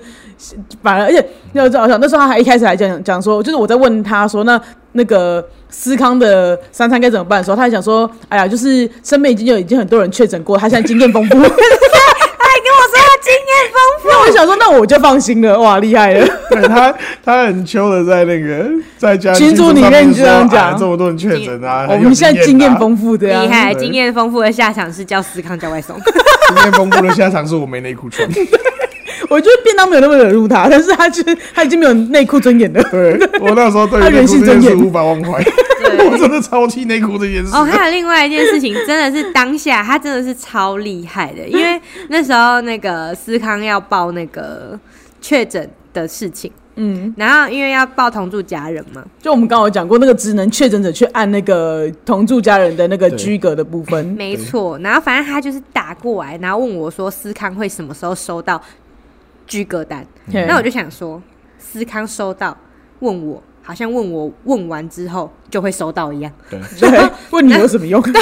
[SPEAKER 1] 反而而且要知道，那时候他还一开始还讲讲说，就是我在问他说那那个。思康的三餐该怎么办的时候，他还想说：“哎呀，就是身边已经有已经很多人确诊过，他现在经验丰富。”
[SPEAKER 2] 他还跟我说他经验丰富，
[SPEAKER 1] 那我想说，那我就放心了，哇，厉害 了！
[SPEAKER 3] 对他，他很秋的在那个在家
[SPEAKER 1] 群组里面
[SPEAKER 3] 上
[SPEAKER 1] 就这样
[SPEAKER 3] 说啊
[SPEAKER 1] 讲
[SPEAKER 3] 这么多人确诊啊，
[SPEAKER 1] 我们现在经
[SPEAKER 3] 经
[SPEAKER 1] 验
[SPEAKER 3] 丰
[SPEAKER 1] 丰富的啊呀，
[SPEAKER 2] 厉害！
[SPEAKER 3] 对
[SPEAKER 2] 经验丰富的下场是叫思康叫外送，
[SPEAKER 3] 经验丰富的下场是我没内裤穿，
[SPEAKER 1] 我觉得便当没有那么惹怒他，但是他就是他已经没有内裤尊严了。
[SPEAKER 3] 对我那时候对于
[SPEAKER 1] 他
[SPEAKER 3] 内
[SPEAKER 1] 人
[SPEAKER 3] 裤
[SPEAKER 1] 性
[SPEAKER 3] 这
[SPEAKER 1] 真
[SPEAKER 3] 件事
[SPEAKER 1] 严
[SPEAKER 3] 无法忘怀，
[SPEAKER 2] 对
[SPEAKER 3] 我真的超气内裤这件事。
[SPEAKER 2] 哦，还有另外一件事情，真的是当下他真的是超厉害 的，因为那时候那个思康要报那个确诊的事情，
[SPEAKER 1] 嗯，
[SPEAKER 2] 然后因为要报同住家人嘛，
[SPEAKER 1] 就我们刚刚有讲过，那个职能确诊者去按那个同住家人的那个
[SPEAKER 3] 对
[SPEAKER 1] 居格的部分，
[SPEAKER 2] 没错，然后反正他就是打过来，然后问我说思康会什么时候收到居格单，
[SPEAKER 1] 嘿
[SPEAKER 2] 那我就想说思康收到问我。好像问我问完之后就会收到一样，
[SPEAKER 3] 对，
[SPEAKER 1] 对问你有什么用？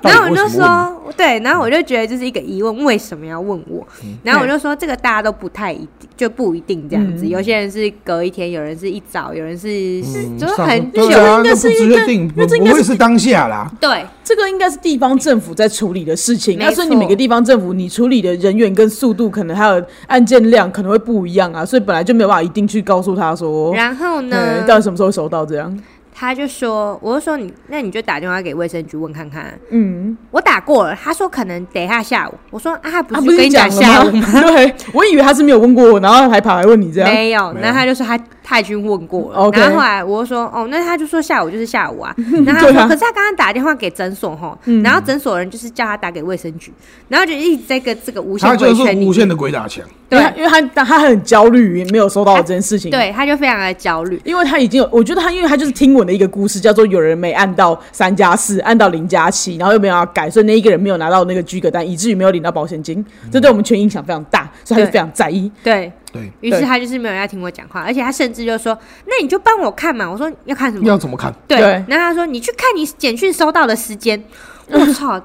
[SPEAKER 2] 对，然后我就
[SPEAKER 3] 为什么
[SPEAKER 2] 说，对，然后我就觉得这是一个疑问，为什么要问我？然后我就说，这个大家都不太一定，就不一定这样子。有些人是隔一天，有人是一早，有人是、
[SPEAKER 3] 嗯
[SPEAKER 2] 就是
[SPEAKER 3] 上
[SPEAKER 2] 很久。
[SPEAKER 3] 对啊，
[SPEAKER 1] 应该
[SPEAKER 3] 那
[SPEAKER 1] 是
[SPEAKER 3] 不
[SPEAKER 1] 一个
[SPEAKER 3] 确定，
[SPEAKER 1] 因为这应
[SPEAKER 3] 不
[SPEAKER 1] 该
[SPEAKER 3] 会
[SPEAKER 1] 是
[SPEAKER 3] 是当下啦。
[SPEAKER 2] 对，
[SPEAKER 1] 这个应该是地方政府在处理的事情，
[SPEAKER 2] 没
[SPEAKER 1] 那所以你每
[SPEAKER 2] 错
[SPEAKER 1] 个地方政府你处理的人员跟速度，可能还有案件量可能会不一样啊，所以本来就没有办法一定去告诉他说，
[SPEAKER 2] 然后呢
[SPEAKER 1] 嗯，，到底什么时候会收到这样？
[SPEAKER 2] 他就说，我就说你，那你就打电话给卫生局问看看。
[SPEAKER 1] 嗯，
[SPEAKER 2] 我打过了，他说可能等一下下午。我说啊，他不
[SPEAKER 1] 他
[SPEAKER 2] 是
[SPEAKER 1] 不
[SPEAKER 2] 跟
[SPEAKER 1] 是
[SPEAKER 2] 你讲
[SPEAKER 1] 了
[SPEAKER 2] 下午吗？
[SPEAKER 1] 吗？ 对，我以为他是没有问过我，然后还跑来问你这样。
[SPEAKER 2] 没有，
[SPEAKER 3] 没有
[SPEAKER 2] 然后他就说他他已经问过了
[SPEAKER 1] OK
[SPEAKER 2] 然后后来我就说哦，那他就说下午就是下午啊，然后他
[SPEAKER 1] 对
[SPEAKER 2] 说、
[SPEAKER 1] 啊
[SPEAKER 2] 可是他刚刚打电话给诊所吼，然后诊所人就是叫他打给卫生局，然后就一直在跟这个无限
[SPEAKER 3] 他
[SPEAKER 2] 规
[SPEAKER 3] 就
[SPEAKER 2] 圈
[SPEAKER 3] 是
[SPEAKER 2] 里面
[SPEAKER 3] 无限的鬼打墙，
[SPEAKER 1] 因
[SPEAKER 2] 对
[SPEAKER 1] 为他因为他他他很焦虑，没有收到我这件事情。，
[SPEAKER 2] 对，他就非常的焦虑。
[SPEAKER 1] 因为他已经有，我觉得他因为他就是听闻的一个故事，叫做有人没按到三加四，按到零加七，然后又没有要改，所以那一个人没有拿到那个居格单，以至于没有领到保险金，
[SPEAKER 3] 嗯
[SPEAKER 1] 这对我们全影响非常大，所以他就
[SPEAKER 2] 对
[SPEAKER 1] 非常在意。
[SPEAKER 2] 对
[SPEAKER 3] 对，
[SPEAKER 2] 于是他就是没有要听我讲话，而且他甚至就说：“那你就帮我看嘛。”我说：“
[SPEAKER 1] 嗯
[SPEAKER 2] 要看什么
[SPEAKER 3] 要怎么看？？”
[SPEAKER 2] 对
[SPEAKER 1] 对，
[SPEAKER 2] 然后他说：“你去看你简讯收到的时间。”我操，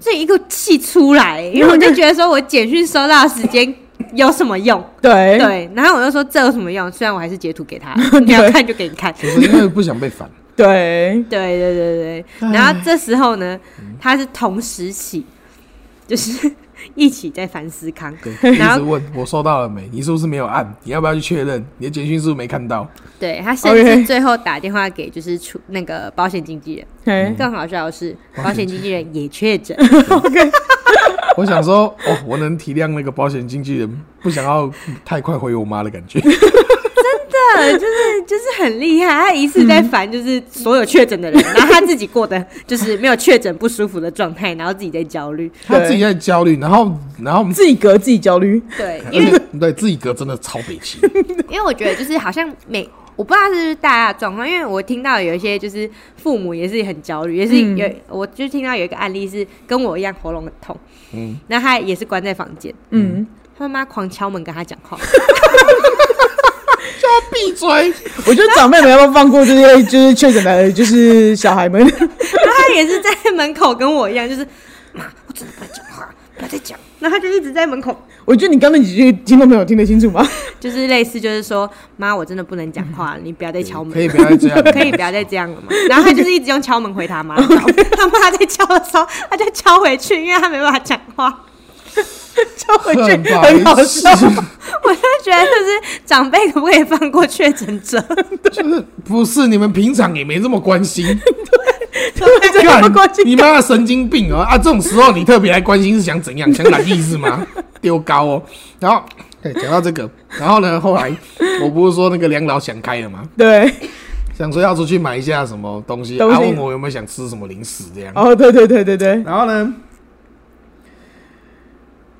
[SPEAKER 2] 这一个气出来，因为我就觉得说我简讯收到的时间有什么用？
[SPEAKER 1] 对，
[SPEAKER 2] 对，然后我就说这有什么用？虽然我还是截图给他， 你要看就给你看。哎对
[SPEAKER 3] 就是因为不想被烦。
[SPEAKER 1] 对，
[SPEAKER 2] 对对对对，然后这时候呢，他是同时起，就是一起在烦思康。
[SPEAKER 3] 对， 一
[SPEAKER 2] 然后
[SPEAKER 3] 直问我收到了没？你是不是没有按？你要不要去确认？你的简讯是不是没看到？
[SPEAKER 2] 对他甚
[SPEAKER 1] OK
[SPEAKER 2] 至最后打电话给就是出那个保险经纪人。
[SPEAKER 1] 嘿
[SPEAKER 2] 更好笑的是，嗯保险经纪人也确诊。
[SPEAKER 3] 我想说，哦，我能体谅那个保险经纪人不想要太快回我妈的感觉。
[SPEAKER 2] 对，就是就是很厉害，他一次在烦就是所有确诊 的人，然后他自己过得就是没有确诊不舒服的状态，然后自己在焦虑。
[SPEAKER 3] 他自己在焦虑，然后然后我们
[SPEAKER 1] 自己隔自己焦虑，
[SPEAKER 2] 对，因为
[SPEAKER 3] 而且对自己哥真的超北 气，
[SPEAKER 2] 因为我觉得就是好像每我不知道是不是大家的状况，因为我听到有一些就是父母也是很焦虑，也是有、我就听到有一个案例是跟我一样喉咙很痛，嗯
[SPEAKER 3] 嗯，
[SPEAKER 2] 那他也是关在房间，
[SPEAKER 1] 嗯，
[SPEAKER 2] 他妈妈狂敲门跟他讲话，
[SPEAKER 3] 叫他闭嘴。
[SPEAKER 1] 我觉得长辈们要不要放过这些就是确诊的，就是小孩们？
[SPEAKER 2] 然后他也是在门口跟我一样，就是妈，我真的不要讲话，不要再讲，然后他就一直在门口，
[SPEAKER 1] 我觉得你刚那几句听众朋友听得清楚吗？
[SPEAKER 2] 就是类似就是说妈，我真的不能讲话，你不要再敲门
[SPEAKER 3] 可。以不要再这样，
[SPEAKER 2] 可以不要再这样了嘛？然后他就是一直用敲门回他妈，你知道吗 他妈在敲的时候，他就敲回去，因为他没办法讲话。
[SPEAKER 1] 叫回去
[SPEAKER 3] 很不好
[SPEAKER 1] 很好
[SPEAKER 3] 意
[SPEAKER 1] 笑，
[SPEAKER 3] 思，
[SPEAKER 2] 我就觉得，就是长辈可不可以放过确诊者？
[SPEAKER 3] 就是不是你们平常也没这么 关心，
[SPEAKER 1] 对，这
[SPEAKER 3] 干
[SPEAKER 1] 有关系
[SPEAKER 3] 你妈的神经病哦！啊！这种时候你特别来关心是想怎样？想染疫是吗？丢高哦！然后，哎，讲到这个，然后呢，后来我不是说那个梁老想开了吗？
[SPEAKER 1] 对，
[SPEAKER 3] 想说要出去买一下什么东西，他、
[SPEAKER 1] 东西
[SPEAKER 3] 啊、问我有没有想吃什么零食这样。
[SPEAKER 1] 哦，对对对对对，
[SPEAKER 3] 然后呢，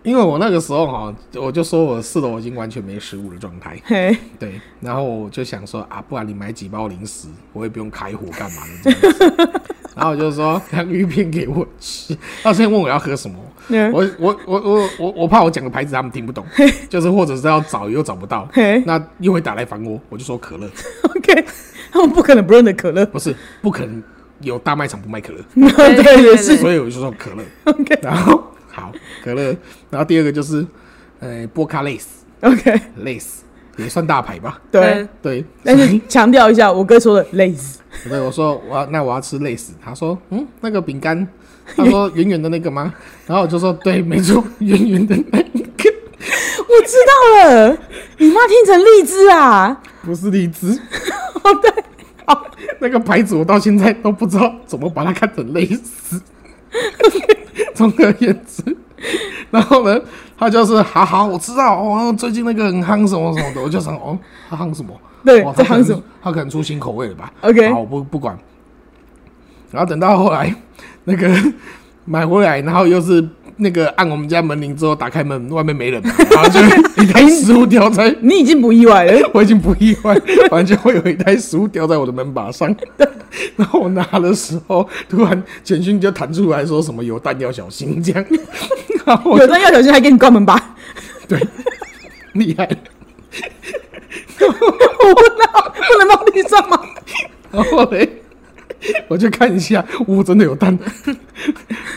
[SPEAKER 3] 因为我那个时候哈，我就说我四楼已经完全没食物的状 态，
[SPEAKER 1] 嘿，
[SPEAKER 3] 对。 然后我就想说啊，不然你买几包零食，我也不用开火干嘛的这样子。然后我就说 洋芋片给我吃。他现在问我要喝什么，
[SPEAKER 1] 嗯
[SPEAKER 3] 我我我我我我怕我讲的牌子他们听不懂，就是或者是要找又找不到
[SPEAKER 1] 嘿，
[SPEAKER 3] 那又会打来烦我，我就说可乐，
[SPEAKER 1] ，OK，他们不可能不认得可 乐，
[SPEAKER 3] 不是不可能有大卖场不卖可乐，
[SPEAKER 2] 对 对
[SPEAKER 1] 对，也
[SPEAKER 2] 对
[SPEAKER 1] 是
[SPEAKER 3] 所以我就说可乐。
[SPEAKER 1] OK
[SPEAKER 3] 然后好可乐，然后第二个就是呃波卡类似
[SPEAKER 1] OK，
[SPEAKER 3] 类似也算大牌吧，
[SPEAKER 1] 对。
[SPEAKER 3] 对，
[SPEAKER 1] 但
[SPEAKER 3] 所
[SPEAKER 1] 是
[SPEAKER 3] 以
[SPEAKER 1] 强调一下，我哥说的累 死，
[SPEAKER 3] 对，我说我要那我要吃类似，他说嗯那个饼干，他说圆圆的那个吗？ 然后我就说对，没错，圆圆的那个
[SPEAKER 1] 我知道了，你妈听成荔枝啊？
[SPEAKER 3] 不是荔枝，
[SPEAKER 1] 哦，对，好，
[SPEAKER 3] 那个牌子我到现在都不知道怎么把它看成类似。总而言之，然后呢，他就是好好，我知道哦，最近那个很夯什么什么的，我就想哦，他夯什么？
[SPEAKER 1] 对
[SPEAKER 3] 哦
[SPEAKER 1] 在夯
[SPEAKER 3] 他可能
[SPEAKER 1] 什么
[SPEAKER 3] 他可能出新口味了吧
[SPEAKER 1] OK
[SPEAKER 3] 好，我不不管。然后等到后来，那个买回来，然后又是那个按我们家门铃之后打开门，外面没人嘛，然后就一台食物掉在，
[SPEAKER 1] 你已经不意外了。
[SPEAKER 3] 我已经不意外，完全会有一台食物掉在我的门把上。 然后我拿的时候，突然简讯就弹出来说什么有蛋要小心这样， 然后我
[SPEAKER 1] 有的要小心，还给你关门吧。
[SPEAKER 3] 对厉害。
[SPEAKER 1] 我不能不能放地上吗？
[SPEAKER 3] 然后嘞，我就看一下，呜，真的 有蛋，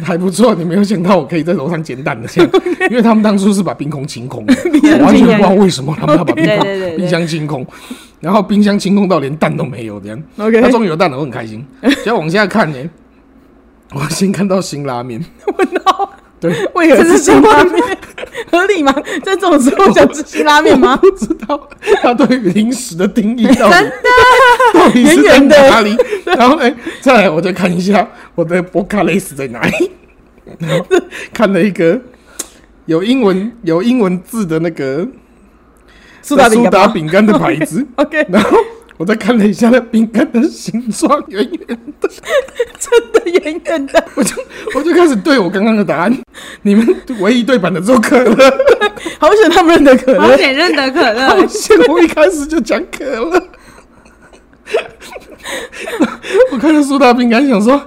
[SPEAKER 3] 还不错。你没有想到我可以在楼上捡蛋的，这样，因为他们当初是把冰空清空的，我完全不知道为什么他们要把 冰
[SPEAKER 2] 对
[SPEAKER 3] 空
[SPEAKER 2] 对对对
[SPEAKER 3] 冰箱清空，然后冰箱清空到连蛋都没有这样。
[SPEAKER 1] OK
[SPEAKER 3] 他终于有蛋了，我很 开心。结果往下看呢、我先看到新拉面，
[SPEAKER 1] 我闹，
[SPEAKER 3] 对，
[SPEAKER 1] 为何
[SPEAKER 3] 这
[SPEAKER 1] 吃
[SPEAKER 3] 是
[SPEAKER 1] 辛拉面？合理吗？在这种时候想吃辛拉面 吗？
[SPEAKER 3] 我不知道他对于零食的定义到底 到底是
[SPEAKER 1] 圆
[SPEAKER 3] 在
[SPEAKER 1] 圆的
[SPEAKER 3] 哪里。然后呢，再来我再看一下我的博卡雷斯在哪里， 然后看了一个有英文有英文字的那个
[SPEAKER 1] 苏打饼
[SPEAKER 3] 苏
[SPEAKER 1] 干
[SPEAKER 3] 打
[SPEAKER 1] 吗
[SPEAKER 3] 饼干的牌子，
[SPEAKER 1] OK，
[SPEAKER 3] 然后我再看了一下那饼干的形状，圆圆的，
[SPEAKER 1] 真的圆圆的，
[SPEAKER 3] 我就我就开始对我刚刚的答案，你们唯一对版的只有可乐，
[SPEAKER 1] 好险他们认得可
[SPEAKER 2] 好
[SPEAKER 1] 乐，
[SPEAKER 2] 险认得可
[SPEAKER 3] 好
[SPEAKER 2] 乐，
[SPEAKER 3] 险我一开始就讲可乐。我看到苏打饼干，想说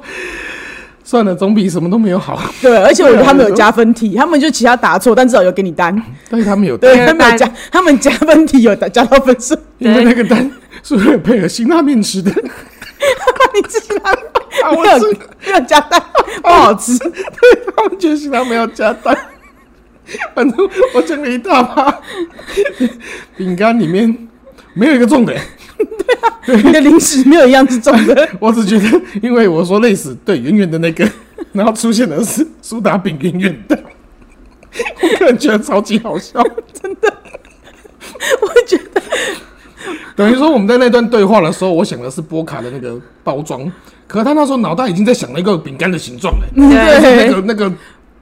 [SPEAKER 3] 算了，总比什么都没有好。
[SPEAKER 1] 对，而且我觉得他
[SPEAKER 3] 啊
[SPEAKER 1] 们有加分题，他们就其他答错，但至少有给你单，
[SPEAKER 3] 但是他们有
[SPEAKER 1] 对
[SPEAKER 3] 蛋，
[SPEAKER 2] 有
[SPEAKER 1] 他们有
[SPEAKER 2] 单
[SPEAKER 1] 加，他们加分题有加到分数，
[SPEAKER 3] 因为那个蛋是为了配合辛拉面吃的。
[SPEAKER 1] 你吃辛拉面
[SPEAKER 3] 啊
[SPEAKER 1] 没
[SPEAKER 3] 我哦
[SPEAKER 1] 有
[SPEAKER 3] 吃
[SPEAKER 1] 没有加蛋，不好吃，
[SPEAKER 3] 对他们觉得辛拉面要加蛋。反正我整了一大把饼干，里面没有一个重的、
[SPEAKER 1] 你的零食没有一样是重 的，
[SPEAKER 3] 我只觉得，因为我说累死，对，圆圆的那个， 然后出现的是苏打饼圆圆的， 我个人觉得超级好 笑。
[SPEAKER 1] 我觉得
[SPEAKER 3] 等于说我们在那段对话的时候，我想的是波卡的那个包装，可他那时候脑袋已经在想那个饼干的形 状了、
[SPEAKER 2] 对
[SPEAKER 3] 那
[SPEAKER 1] 对
[SPEAKER 3] 个。那个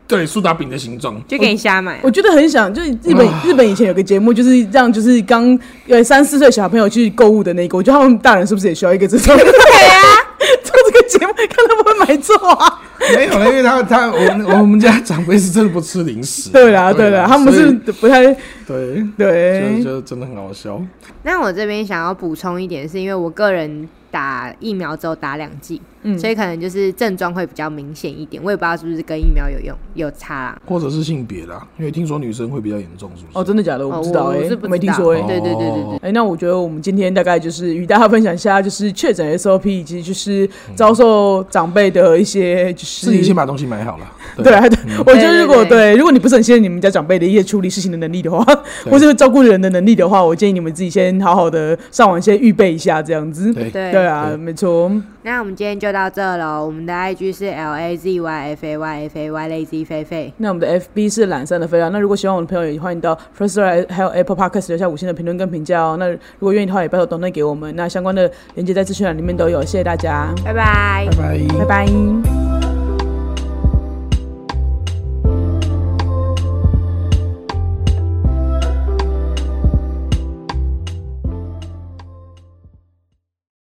[SPEAKER 3] 对苏打饼的形状。
[SPEAKER 2] 就给你瞎买
[SPEAKER 1] 我。觉得很想，就是日本、日本以前有个节目，就是让就是刚呃三四岁小朋友去购物的那个，我觉得他们大人是不是也需要一个这种？对啊， 做这个节目看他们会买错啊。
[SPEAKER 3] 没有了，因为他他我们我们家长辈是真的不吃零 食。
[SPEAKER 1] 对啦，对啦，他们
[SPEAKER 3] 啊所
[SPEAKER 1] 是
[SPEAKER 3] 以
[SPEAKER 1] 不太
[SPEAKER 3] 对。就
[SPEAKER 1] 对
[SPEAKER 3] 就真的很好笑，
[SPEAKER 2] 那我这边想要补充一点，是因为我个人打疫苗之后打两剂，所以可能就是症状会比较明显一点。我也不知道是不是跟疫苗有用有差啦。
[SPEAKER 3] 或者是性别啦，因为听说女生会比较严重，是不是？
[SPEAKER 1] 哦，真的假的？我
[SPEAKER 2] 哦
[SPEAKER 1] 不知道
[SPEAKER 2] 我
[SPEAKER 1] 哎、
[SPEAKER 2] 是
[SPEAKER 1] 欸，
[SPEAKER 2] 不
[SPEAKER 1] 没
[SPEAKER 2] 知
[SPEAKER 1] 听
[SPEAKER 2] 道
[SPEAKER 1] 说哎、
[SPEAKER 2] 对对对对对
[SPEAKER 3] 哦
[SPEAKER 1] 哎、那我觉得我们今天大概就是与大家分享一下，就是确诊 SOP 以及就是遭受长辈的一些就是
[SPEAKER 3] 自己先把嗯东西买好了。
[SPEAKER 1] 对啊，对我觉得如果
[SPEAKER 2] 对对
[SPEAKER 1] 对，如果你不是很信任你们家长辈的一些处理事情的能力的话，或是照顾人的能力的话，我建议你们自己先好好的上网先预备一下，这样子。
[SPEAKER 3] 对
[SPEAKER 2] 对
[SPEAKER 1] 对啊，
[SPEAKER 3] 对
[SPEAKER 1] 没错。
[SPEAKER 2] 那我们今天就到这喽。我们的 IG 是 L A Z Y F A Y F A Y Lazy 菲菲。
[SPEAKER 1] 那我们的 FB 是懒散的飞啦。啊那如果喜欢我的朋友，也欢迎到 First Story 还有 Apple Podcast 留下五星的评论跟评价哦。那如果愿意的话，也拜托抖内给我们。那相关的链接在资讯栏里面都有，谢谢大家，
[SPEAKER 2] 拜拜
[SPEAKER 3] 拜。
[SPEAKER 1] 拜
[SPEAKER 3] 拜。
[SPEAKER 1] 拜